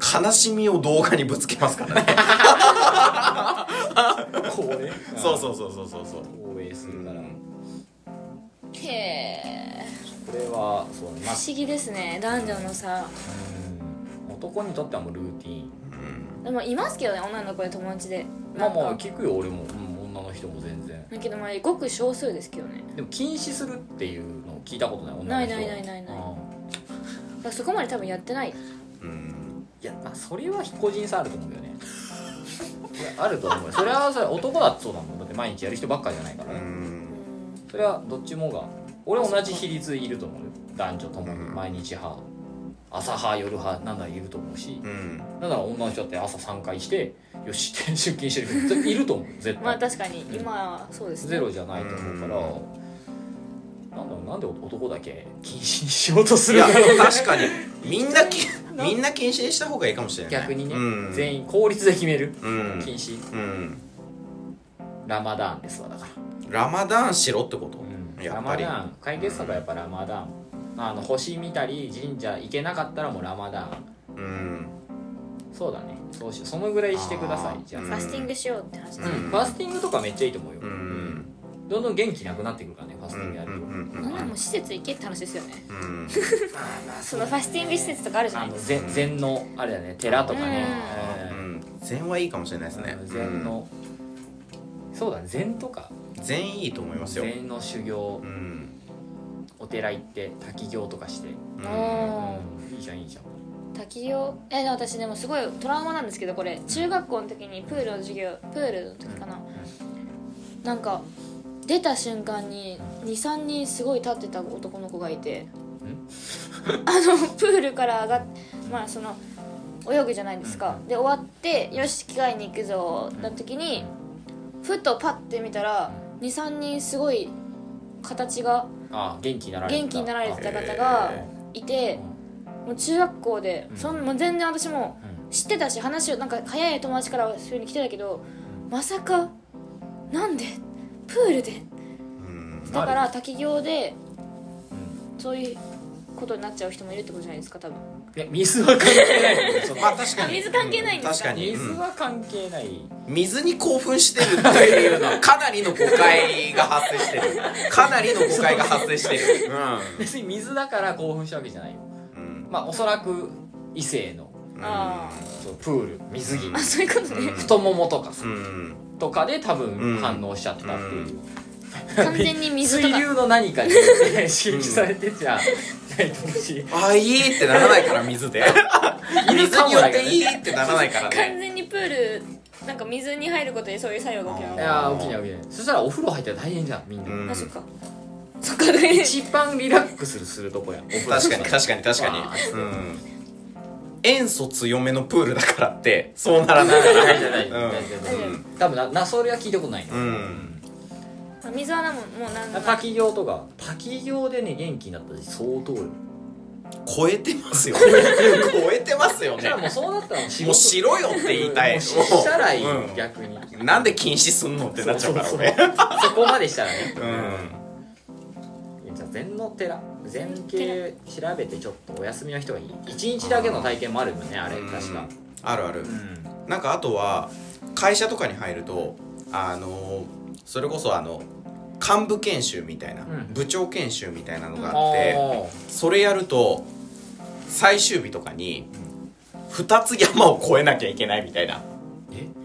Speaker 1: は、
Speaker 2: え
Speaker 3: 悲しみを動画にぶつけますからね
Speaker 1: こうね
Speaker 3: <laughs> そう
Speaker 1: う
Speaker 3: そうそうそうそうそう
Speaker 1: 応援するから、
Speaker 3: うん
Speaker 2: えへえ
Speaker 1: これはそうね
Speaker 2: 不
Speaker 1: まあ
Speaker 2: 思議ですね男女のさ
Speaker 1: うん男にとってはもうルーティン
Speaker 3: うん
Speaker 2: でもいますけどね女の子で友達で
Speaker 1: まあま
Speaker 2: な
Speaker 1: あ
Speaker 2: んか
Speaker 1: 聞くよ俺も、うん女の人も全然
Speaker 2: だけどまあごく少数ですけどね
Speaker 1: でも禁止するっていうのを聞いたことない女
Speaker 2: な
Speaker 1: の
Speaker 2: い
Speaker 1: 人
Speaker 2: ないないないな
Speaker 1: う
Speaker 2: い
Speaker 1: ん
Speaker 2: だからそこまで多分やってない
Speaker 3: うん
Speaker 1: いやまあそれは個人差あると思うよねいやあると思うよそれはそれ男だってそうだもんだって毎日やる人ばっかじゃないから
Speaker 3: う
Speaker 1: ね、
Speaker 2: うんん
Speaker 1: それはどっちもが俺同じ比率いると思うよ男女ともに
Speaker 3: うん
Speaker 1: 毎日派朝派夜派なんだらいると思うし
Speaker 3: うん
Speaker 1: なんなら女の人だって朝3回してよしって出勤してる人いると思う絶対、
Speaker 2: まあ確かに今はそうですね
Speaker 1: ゼロじゃないと思うから、
Speaker 3: う
Speaker 1: なんだろうなんで男だけ禁止にしようとす
Speaker 3: い
Speaker 1: る
Speaker 3: や
Speaker 1: んだろう
Speaker 3: 確かにみんなきみ <laughs> んな禁止にした方がいいかもしれない
Speaker 1: 逆にね、
Speaker 3: うん、
Speaker 1: 全員効率で決める、
Speaker 3: うん
Speaker 1: 禁止
Speaker 3: うん
Speaker 1: ラマダーンですわだから、
Speaker 3: ラマダーンしろってこと、や
Speaker 1: ラ
Speaker 3: っぱ
Speaker 1: マ
Speaker 3: り
Speaker 1: ダーン解決策はやっぱラマダーン、あの星見たり神社行けなかったらもうラマダーン
Speaker 3: うん
Speaker 1: そうだねそうしそのぐらいしてくださ
Speaker 3: あ
Speaker 1: い
Speaker 3: ー
Speaker 1: じゃあ、
Speaker 3: う
Speaker 1: うんん
Speaker 2: ファスティングしようって話です、
Speaker 3: うん
Speaker 1: ファスティングとかめっちゃいいと思うよ、
Speaker 3: うん
Speaker 1: どんどん元気なくなってくるからねファス
Speaker 3: う
Speaker 1: ティングやると、
Speaker 3: ん
Speaker 2: なんならもう施設行けって話ですよね
Speaker 3: うん
Speaker 2: そのファスティング施設とかあるじゃな
Speaker 1: あ
Speaker 2: い
Speaker 1: の
Speaker 2: ですか
Speaker 1: 禅禅のあれだね寺とかね、
Speaker 3: う
Speaker 1: うん
Speaker 3: ん全はいいかもしれないですね
Speaker 1: 禅の、そうだね禅とか
Speaker 3: 全いいと思いますよ
Speaker 1: 禅の修行
Speaker 3: うん
Speaker 1: お寺行って滝行とかして、
Speaker 3: うん
Speaker 2: お
Speaker 1: うんいいじゃんいいじゃん
Speaker 2: 滝行えで私でもすごいトラウマなんですけどこれ中学校の時にプールの授業プールの時かな、なんか出た瞬間に23人すごい立ってた男の子がいてあのプールから上がっまあその泳ぐじゃないですか、で終わってよし着替えに行くぞだった時にふとパッて見たら23人すごい形が
Speaker 1: あ元気になられてた
Speaker 2: 元気になられてた
Speaker 1: あ
Speaker 2: 方が
Speaker 3: へ
Speaker 2: い
Speaker 1: うん
Speaker 2: てもう中学校で
Speaker 1: うん
Speaker 2: そんもう全然私も
Speaker 1: うん
Speaker 2: 知ってたし話をなんか早い友達からはそういうふうに来てたけどまさかなんでプールで
Speaker 3: うん
Speaker 2: だか
Speaker 1: な
Speaker 2: ら滝行で
Speaker 1: うん
Speaker 2: そういうことになっちゃう人もいるってことじゃないですか多分
Speaker 1: いや水は関係ないよその
Speaker 3: まあ確か
Speaker 2: あ
Speaker 3: に
Speaker 2: 水関係ないんです
Speaker 3: 確
Speaker 2: か
Speaker 3: か <laughs> に
Speaker 1: 水は関係ない、
Speaker 3: 水に興奮してるっていうの <laughs> はかなりの誤解が発生してるかなりの誤解が発生してる
Speaker 1: 別に水だから興奮したわけじゃないよ
Speaker 3: うん、うん
Speaker 1: まあおそらく異性の
Speaker 2: あ
Speaker 1: そうプール水着
Speaker 2: あ <laughs> そういうことね、
Speaker 3: うん
Speaker 1: 太ももとかさ、
Speaker 3: うん
Speaker 1: とかで多
Speaker 3: う
Speaker 1: 分
Speaker 3: ん
Speaker 1: 反応しちゃったっていう、
Speaker 3: う
Speaker 2: 完全に水と
Speaker 1: 水
Speaker 2: か
Speaker 1: 流の何かによって <laughs> 刺激されてじゃないと思うし
Speaker 3: あいいってならないから水で
Speaker 1: 犬
Speaker 3: <laughs> 水
Speaker 1: か
Speaker 3: に
Speaker 1: も
Speaker 3: よ
Speaker 1: だ
Speaker 3: っ
Speaker 1: け
Speaker 3: て
Speaker 1: どね
Speaker 3: いいってならないからね
Speaker 2: 完全にプールなんか水に入ることでそういう作用が起きる
Speaker 1: い
Speaker 2: の
Speaker 1: やー起きない起きないそしたらお風呂入ったら大変じゃんみんな、
Speaker 3: うん
Speaker 2: あそっかそっかね <laughs>
Speaker 1: 一番リラックスするとこやんお風呂
Speaker 3: 確か
Speaker 1: <laughs>
Speaker 3: に確かに確かに
Speaker 1: わー
Speaker 3: うん塩素強めのプールだからってそうならないか
Speaker 1: 大丈夫大丈夫
Speaker 3: う
Speaker 1: 大丈
Speaker 3: んら
Speaker 1: 夫多分ななそれは聞いたことないな、
Speaker 3: うん、
Speaker 2: 水はなももうなんだ
Speaker 1: 滝行とか滝行でね元気になったし相当よ
Speaker 3: 超えてますよ超えてますよ
Speaker 1: じ
Speaker 3: ね
Speaker 1: ゃあもうそうなったらもう仕事
Speaker 3: もうしろよって言いたい
Speaker 1: もうししたらいい、
Speaker 3: うん
Speaker 1: 逆に
Speaker 3: なんで禁止すんのってなっちゃうから
Speaker 1: そうそう
Speaker 3: 俺
Speaker 1: そうそこまでしたらね
Speaker 3: うん
Speaker 1: いやじゃあ禅の寺禅系調べてちょっとお休みの人がいい一日だけの体験もあるよねあれ確か
Speaker 3: あるある
Speaker 1: うん
Speaker 3: なんかあとは会社とかに入るとあのそれこそあの幹部研修みたいな、
Speaker 1: うん
Speaker 3: 部長研修みたいなのがあって、
Speaker 1: あ
Speaker 3: それやると最終日とかに2つ山を越えなきゃいけないみたいな
Speaker 1: ー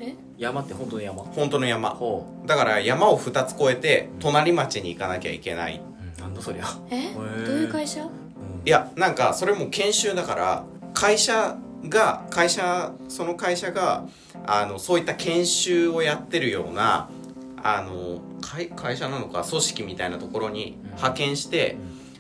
Speaker 1: え
Speaker 2: え
Speaker 1: 山って本当の山
Speaker 3: 本当の山
Speaker 1: ほ
Speaker 3: だから山を2つ越えて隣町に行かなきゃいけない
Speaker 1: うんなんだそりゃ
Speaker 2: えどういう会社
Speaker 3: いやなんかそれも研修だから会社が会社その会社があのそういった研修をやってるようなあの会会社なのか組織みたいなところに
Speaker 1: うん
Speaker 3: 派遣して、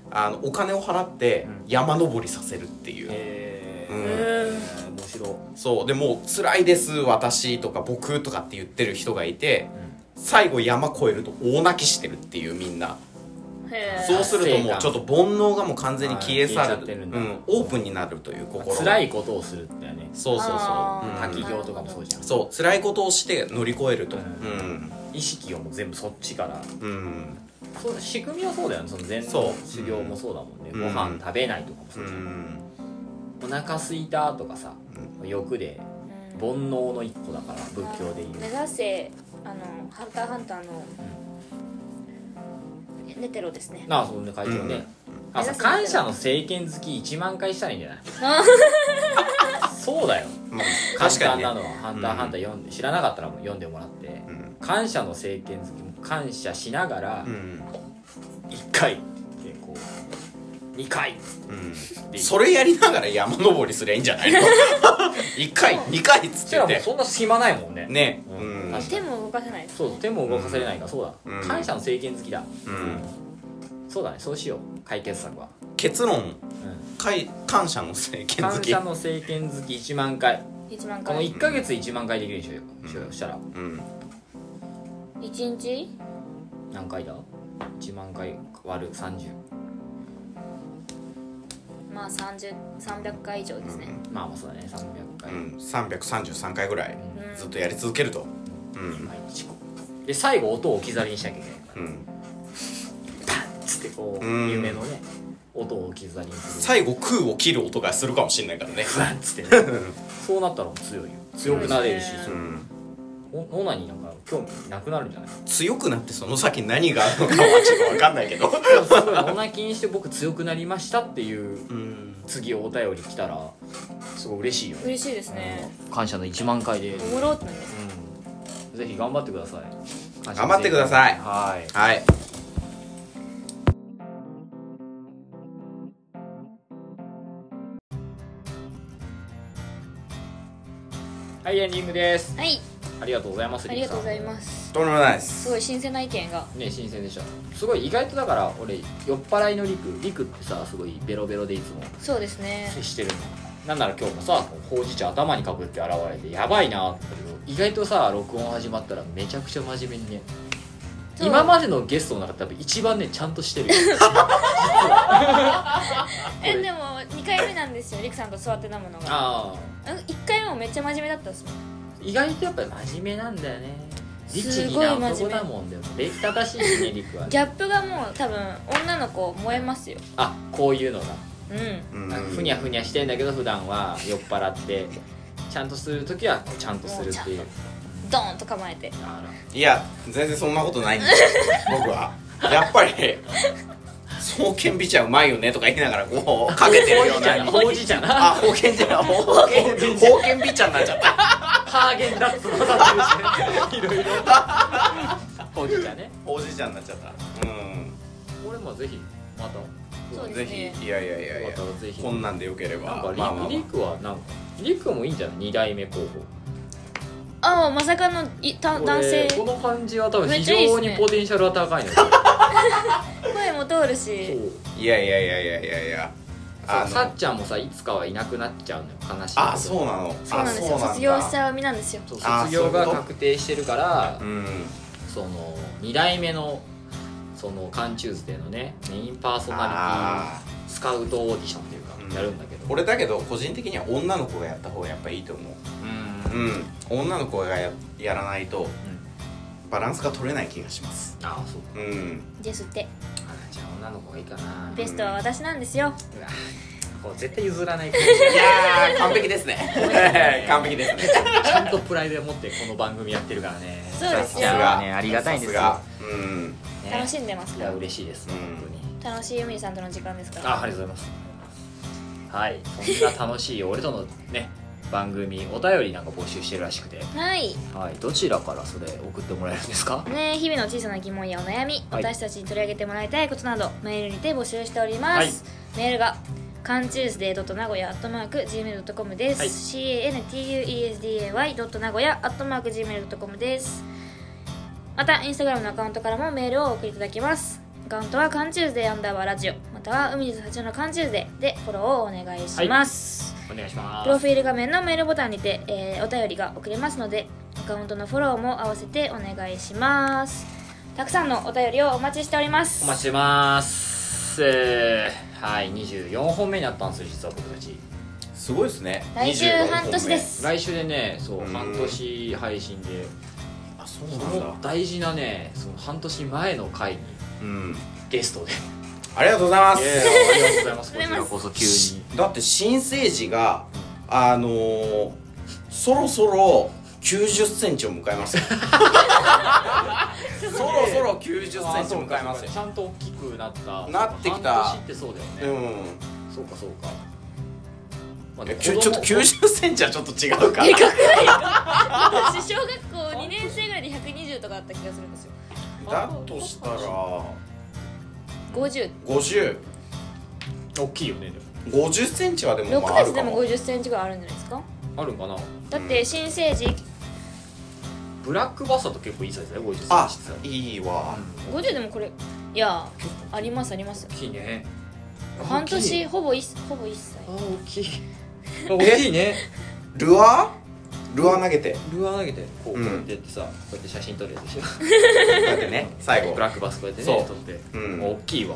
Speaker 3: あのお金を払って
Speaker 1: うん
Speaker 3: 山登りさせるっていう、
Speaker 1: え
Speaker 3: うん
Speaker 1: ー面白い
Speaker 3: そうでもう辛いです私とか僕とかって言ってる人がいて最後山越えると大泣きしてるっていうみんな
Speaker 2: へえ
Speaker 3: そうするともうちょっと煩悩がもう完全に消え
Speaker 1: あー消えち
Speaker 3: 去
Speaker 1: ゃっ
Speaker 3: る
Speaker 1: てるん
Speaker 3: う
Speaker 1: だ
Speaker 3: ん、オープンになるという心が
Speaker 1: 辛いことをするってね
Speaker 3: そうそう
Speaker 2: あ
Speaker 3: そう、
Speaker 2: ー
Speaker 3: うん
Speaker 1: 滝行とかもそうじゃん
Speaker 3: そう辛いことをして乗り越えると
Speaker 1: う
Speaker 3: うん
Speaker 1: 意識をもう全部そっちから
Speaker 3: うん
Speaker 1: そう仕組みはそうだよねその禅
Speaker 3: そ
Speaker 1: の
Speaker 3: う
Speaker 1: 修行もそうだもんね
Speaker 3: うん
Speaker 1: ご飯食べないとかも
Speaker 3: う
Speaker 1: そうじゃん
Speaker 3: ん
Speaker 1: お腹すいたとかさ欲で
Speaker 2: うん
Speaker 1: 煩悩の一個だから仏教でいう
Speaker 2: 目指せあのハンターハンターのネテロですね
Speaker 1: なあそんな会長ね、あさ感謝の政権好き1万回したらいいんじゃないそうだよ
Speaker 3: まあ
Speaker 1: 簡
Speaker 3: 確か
Speaker 1: 単
Speaker 3: に
Speaker 1: な
Speaker 3: ね
Speaker 1: のは「ハンターハンター読んで」知らなかったらもう読んでもらって
Speaker 3: うん
Speaker 1: 感謝の政権好きも感謝しながら
Speaker 3: うん
Speaker 1: 1回ってこう2回
Speaker 3: うんそれやりながら山登りすりゃいいんじゃないの一回二回っつ
Speaker 1: そ
Speaker 3: っ
Speaker 1: したら
Speaker 3: て
Speaker 1: もう
Speaker 3: て
Speaker 1: そんな隙間ないもんね
Speaker 3: ね
Speaker 1: う
Speaker 3: うんん
Speaker 1: 確
Speaker 2: 手も動かせないです
Speaker 1: そう手も動かされないからそうだ、
Speaker 3: うん
Speaker 1: 感謝の政権好きだ
Speaker 3: うん
Speaker 1: そうだねそうしよう解決策は、
Speaker 3: 結論
Speaker 1: うん、
Speaker 3: かい感謝の政権好
Speaker 1: 感
Speaker 3: き
Speaker 1: 謝の政権好き1万回
Speaker 2: 1万
Speaker 1: この
Speaker 2: 回
Speaker 1: 1ヶ月1万回できるでしょうしようよしたら
Speaker 3: うん
Speaker 2: 1日
Speaker 1: 何回だ1万回割る30
Speaker 2: まあ30 300回以上ですね
Speaker 1: まあまあそうだね300
Speaker 3: う
Speaker 1: 回、
Speaker 3: ん333回ぐらい
Speaker 2: うん
Speaker 3: ずっとやり続けるとうん
Speaker 1: 毎日こうで最後音を置き去りにしなきゃいけないから、
Speaker 3: うん
Speaker 1: パッつってこう、
Speaker 3: うん
Speaker 1: 夢のね音を置き去りにする
Speaker 3: 最後空を切る音がするかもしれないからね
Speaker 1: ふわっつってねそうなったら強いよ強くなれる
Speaker 3: <laughs>
Speaker 1: し、
Speaker 2: う
Speaker 3: うん
Speaker 1: おオナニーなんか興味なくなるんじゃない
Speaker 3: 強くなってその先何があるのかはちょっと分かんないけど
Speaker 1: でもすごいオナキにして僕強くなりましたっていう
Speaker 3: うん
Speaker 1: 次お便り来たらすごい嬉しいよね
Speaker 2: 嬉しいですね
Speaker 1: 感謝の1万回で、
Speaker 2: おもろってなります
Speaker 1: うん、ぜひ頑張ってください
Speaker 3: 頑張ってください
Speaker 1: はい
Speaker 3: はい
Speaker 1: はいエンディングです
Speaker 2: はい
Speaker 1: ありがとうございます
Speaker 2: ありがとうござ
Speaker 1: リ
Speaker 2: います
Speaker 3: とんでもないです
Speaker 2: すごい新鮮な意見が
Speaker 1: クさんね新鮮でしたすごい意外とだから俺酔っ払いのリクリクってさすごいベロベロでいつも
Speaker 2: そうですね
Speaker 1: 接してるのなんなら今日もさほうじ茶頭にかぶって現れてやばいなって意外とさ録音始まったらめちゃくちゃ真面目にね
Speaker 2: そう
Speaker 1: 今までのゲストの中で多分一番ねちゃんとしてるよ
Speaker 2: <laughs> えでも2回目なんですよりくさんと座って飲むのが
Speaker 1: ああ
Speaker 2: 1回目もめっちゃ真面目だったっすもん
Speaker 1: 意外とやっぱり真面目なんだよね律
Speaker 2: す
Speaker 1: 儀
Speaker 2: ごい
Speaker 1: な
Speaker 2: 真面目
Speaker 1: 男だもんでも礼儀正しいし
Speaker 2: <laughs>
Speaker 1: ねリクは
Speaker 2: ギャップがもう多分女の子燃えますよ
Speaker 1: あこういうのが
Speaker 2: うん
Speaker 3: うん
Speaker 1: なんかふにゃふにゃしてんだけど普段は酔っ払ってちゃんとする時はちゃんとするっていう
Speaker 2: ドーンと構えて
Speaker 1: あら
Speaker 3: いや全然そんなことないんですよ僕はやっぱり双剣美茶うまいよねとか言いながらこうかけて
Speaker 2: <laughs>
Speaker 3: るような
Speaker 1: ほうじ茶な
Speaker 3: あ、宝剣じゃない、宝剣、 <laughs> 宝剣ピッチャーになっちゃった。
Speaker 1: ハーゲンダッツのだってるしねいろいろほうじ茶ね
Speaker 3: おじいちゃんになっちゃった。う。
Speaker 1: 俺もぜひまた
Speaker 2: そうんです
Speaker 3: ぜ
Speaker 2: ね
Speaker 3: ひ、いやいやいやいや
Speaker 1: また、ぜひ
Speaker 3: こんなんでよければ。
Speaker 1: なんかリ,、
Speaker 3: まあまあまあ
Speaker 1: リクはなんかリクもいいんじゃない二代目候補
Speaker 2: ああまさかのいた
Speaker 1: これ
Speaker 2: 男性
Speaker 1: この感じは多分
Speaker 2: め
Speaker 1: 非
Speaker 2: っちゃいいっ
Speaker 1: 常
Speaker 2: すね
Speaker 1: にポテンシャルは高いので
Speaker 2: 声も通るし
Speaker 1: そう
Speaker 3: いやいやいやいやいやいや。
Speaker 1: そうさっ
Speaker 3: の
Speaker 1: ちゃんもさいつかはいなくなっちゃうのよ悲しい
Speaker 3: あ、そうなの。
Speaker 2: そうなんです
Speaker 3: あ
Speaker 2: よ
Speaker 3: だ
Speaker 2: 卒業しちゃう身なんですよ
Speaker 1: そう
Speaker 3: あ
Speaker 1: 卒業
Speaker 3: そうい
Speaker 1: が
Speaker 3: うこと
Speaker 1: 確定してるから
Speaker 3: うん。
Speaker 1: その2代目のそのカンチューズデーのねメインパーソナ
Speaker 3: あ
Speaker 1: リティスカウトオーディションっていう
Speaker 3: うん
Speaker 1: かやるんだけど、
Speaker 3: ー。俺だけど、個人的には女の子がやった方がやっぱいいと思う。
Speaker 1: うん
Speaker 3: うん。女の子がや、やらない
Speaker 1: う
Speaker 3: と。
Speaker 1: ん
Speaker 3: バランスが取れない気がします。
Speaker 1: ああそうか
Speaker 3: うん。
Speaker 2: ですって
Speaker 1: あじゃあ女の子がいいかな
Speaker 2: ベストは私なんですよ
Speaker 1: うわこう絶対譲らない感
Speaker 3: いやー、 <laughs> 完璧ですね。完璧ですね。
Speaker 1: じちゃんとプライドを持ってこの番組やってるからね
Speaker 2: そうです
Speaker 1: い
Speaker 2: よ
Speaker 1: やねありがたいんですよ
Speaker 3: さすがうん。
Speaker 1: ね
Speaker 2: 楽しんでます
Speaker 1: い
Speaker 2: か
Speaker 1: や
Speaker 2: ら
Speaker 1: 嬉しいです
Speaker 3: うん
Speaker 1: 本当に、
Speaker 2: 楽しいゆみりさんとの時間ですか
Speaker 1: あ
Speaker 2: ら
Speaker 1: ありがとうございますはいそんな楽しい俺とのね番組お便りなんか募集してるらしくて
Speaker 2: はい
Speaker 1: はいどちらからそれ送ってもらえるんですか
Speaker 2: ねえ日々の小さな疑問やお悩み、
Speaker 1: はい
Speaker 2: 私たちに取り上げてもらいたいことなどメールにて募集しております、メールが「カンチューズデー.名古屋」「@gmail.com」です、
Speaker 1: はい
Speaker 2: CANTUESDAY.名古屋」「@gmail.com」ですまたインスタグラムのアカウントからもメールをお送りいただけますアカウントは「カンチューズデーアンダーバーラジオ」または「海水社長のカンチューズデー」でフォローをお願いします、
Speaker 1: お願いしま
Speaker 2: プロ
Speaker 1: す
Speaker 2: フィール画面のメールボタンにて、えーお便りが送れますのでアカウントのフォローも合わせてお願いしますたくさんのお便りをお待ちしております
Speaker 1: お待ちしてますえーはい24本目になったんですよ実は僕たち
Speaker 3: すごいですね。
Speaker 2: 来週
Speaker 3: 25
Speaker 2: 半年です
Speaker 1: 来週でねそう
Speaker 3: うん
Speaker 1: 半年配信で
Speaker 3: 本目。あ、そう
Speaker 1: そ
Speaker 3: なんだ
Speaker 1: の。大事なねその半年前の回に
Speaker 3: うん。
Speaker 1: ゲストで
Speaker 3: ありがとうございま
Speaker 1: いや
Speaker 3: す。
Speaker 1: いやありがとうございますこ
Speaker 2: あり
Speaker 1: ち
Speaker 2: が
Speaker 1: ら
Speaker 2: とう
Speaker 1: こそ急に
Speaker 3: だって新生児があのー、そろそろ90センチを迎
Speaker 2: <laughs>
Speaker 3: えますよ。そろそろ90センチを迎えますよ
Speaker 1: ち。ゃんと大きくなった
Speaker 3: なってきた
Speaker 1: 半年ってそうだよね、
Speaker 3: うん。
Speaker 1: そうかそうか。まあ
Speaker 3: えきゅちょっと90センチはちょっと違
Speaker 2: <laughs>
Speaker 3: うか
Speaker 2: で
Speaker 3: ら。
Speaker 2: かくないか <laughs> 私小学校2年生ぐらいで120とかあった気がするんですよ
Speaker 3: だとしたら
Speaker 2: 50
Speaker 3: 50。
Speaker 1: 大きいよね。で
Speaker 3: 50センチはでも
Speaker 2: 6
Speaker 3: まああ
Speaker 2: ヶ
Speaker 3: る
Speaker 2: 月で
Speaker 3: かも
Speaker 2: も。5 0ンチぐらいあるんじゃないですか
Speaker 1: もあるんかな。
Speaker 2: だって新生児
Speaker 1: ブラックバスだと結構いいサイズだよ。50センチ
Speaker 3: あ
Speaker 1: 実は、
Speaker 3: いいわ。
Speaker 2: 50でもこれいやありますあります
Speaker 1: 大きいね。
Speaker 2: 半
Speaker 1: 大きい
Speaker 2: 年。ほぼ1ほぼ1歳
Speaker 1: あ大きい。あ大きいね。
Speaker 3: ルアー？ルアー投げて。
Speaker 1: <laughs> ルアー投げてこうこ
Speaker 3: う
Speaker 1: うんやってやってさ、こうやって写真撮るやつでしょ。
Speaker 3: こうやってね。最後
Speaker 1: ブ。ラックバスこうやって
Speaker 3: そ
Speaker 1: ね
Speaker 3: う
Speaker 1: 撮って。
Speaker 3: うん
Speaker 1: もう大きいわ。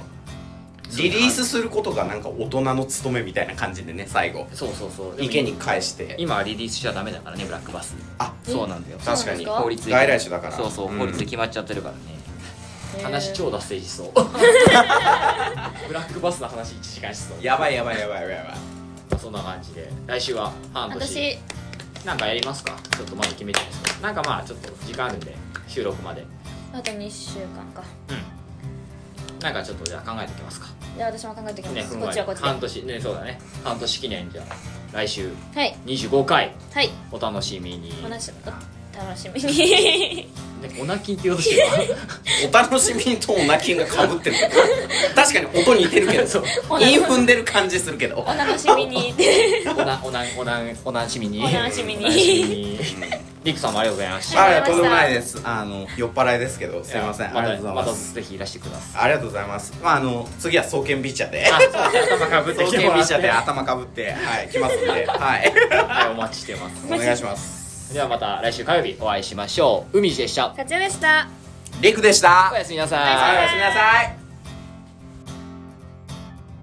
Speaker 3: リリースすることがなんか大人の務めみたいな感じでね最後
Speaker 1: そうそうそう。
Speaker 3: 池に返して
Speaker 1: 今はリリースしちゃダメだからねブラックバス。
Speaker 3: あ
Speaker 1: そうなんだよ。
Speaker 2: そう
Speaker 3: 確かに
Speaker 2: そうなん
Speaker 1: 法
Speaker 3: 法
Speaker 2: で
Speaker 1: 律
Speaker 3: 律
Speaker 1: で
Speaker 3: 外来種だから
Speaker 1: そうそう、
Speaker 3: ん
Speaker 1: 法律で決まっちゃってるからね。話
Speaker 2: へ
Speaker 1: 超脱線し
Speaker 2: <laughs>
Speaker 1: そうブラックバスの話1時間しそう
Speaker 3: やばいやばいやばいやばいやばい
Speaker 1: そんな感じで来週は半
Speaker 2: ー
Speaker 1: 年
Speaker 2: 私
Speaker 1: なんかやりますかちょっとまだ決めてないですけどなんかまあちょっと時間あるんで収録まで
Speaker 2: あと2週間か
Speaker 1: うんなんかちょっとじゃあ考えておきますか
Speaker 2: じゃあ私も考えておきま
Speaker 1: ね
Speaker 2: す、
Speaker 1: ふん
Speaker 2: こっ
Speaker 1: わ
Speaker 2: ち
Speaker 1: り
Speaker 2: はこっちで
Speaker 1: 半年ねそうだね半年記念じゃあ来週
Speaker 2: はい
Speaker 1: 25回
Speaker 2: はい
Speaker 1: お楽しみに
Speaker 2: おなしお楽しみに <laughs>
Speaker 1: おなきって言おうとしてる
Speaker 3: お楽しみとおなきがかぶってるけど確かに音似てるけど
Speaker 1: そう
Speaker 3: 韻踏んでる感じするけど
Speaker 2: お楽しみに <laughs> って
Speaker 1: おなおなおなおなしみに
Speaker 2: おなしみに
Speaker 1: おなしみにリクさんもありがとうございました
Speaker 2: あ
Speaker 3: あ
Speaker 2: り
Speaker 3: れ
Speaker 2: がとうん
Speaker 3: と
Speaker 2: ご
Speaker 3: で
Speaker 2: ざいま
Speaker 3: も
Speaker 2: した
Speaker 3: ないですあの酔っ払いですけどすいませんありがとうござい
Speaker 1: また
Speaker 3: ま
Speaker 1: ますたぜひいらしてください
Speaker 3: ありがとうございますまああの次は双剣ビーチャで <laughs>
Speaker 1: あそう頭かぶってき
Speaker 3: 双
Speaker 1: て
Speaker 3: 剣
Speaker 1: も
Speaker 3: ビ
Speaker 1: ら
Speaker 3: ー
Speaker 1: っ
Speaker 3: チ
Speaker 1: て
Speaker 3: ャで頭かぶってはい来ますんではい
Speaker 1: はいお待ちしてます
Speaker 3: お願いします
Speaker 1: ではまた来週火曜日お会いしましょう海地でした
Speaker 2: 社長でした
Speaker 3: リクでした
Speaker 1: おやすみな
Speaker 2: おやすみなさ
Speaker 1: さ
Speaker 2: い
Speaker 1: い
Speaker 3: はいおやすみなさい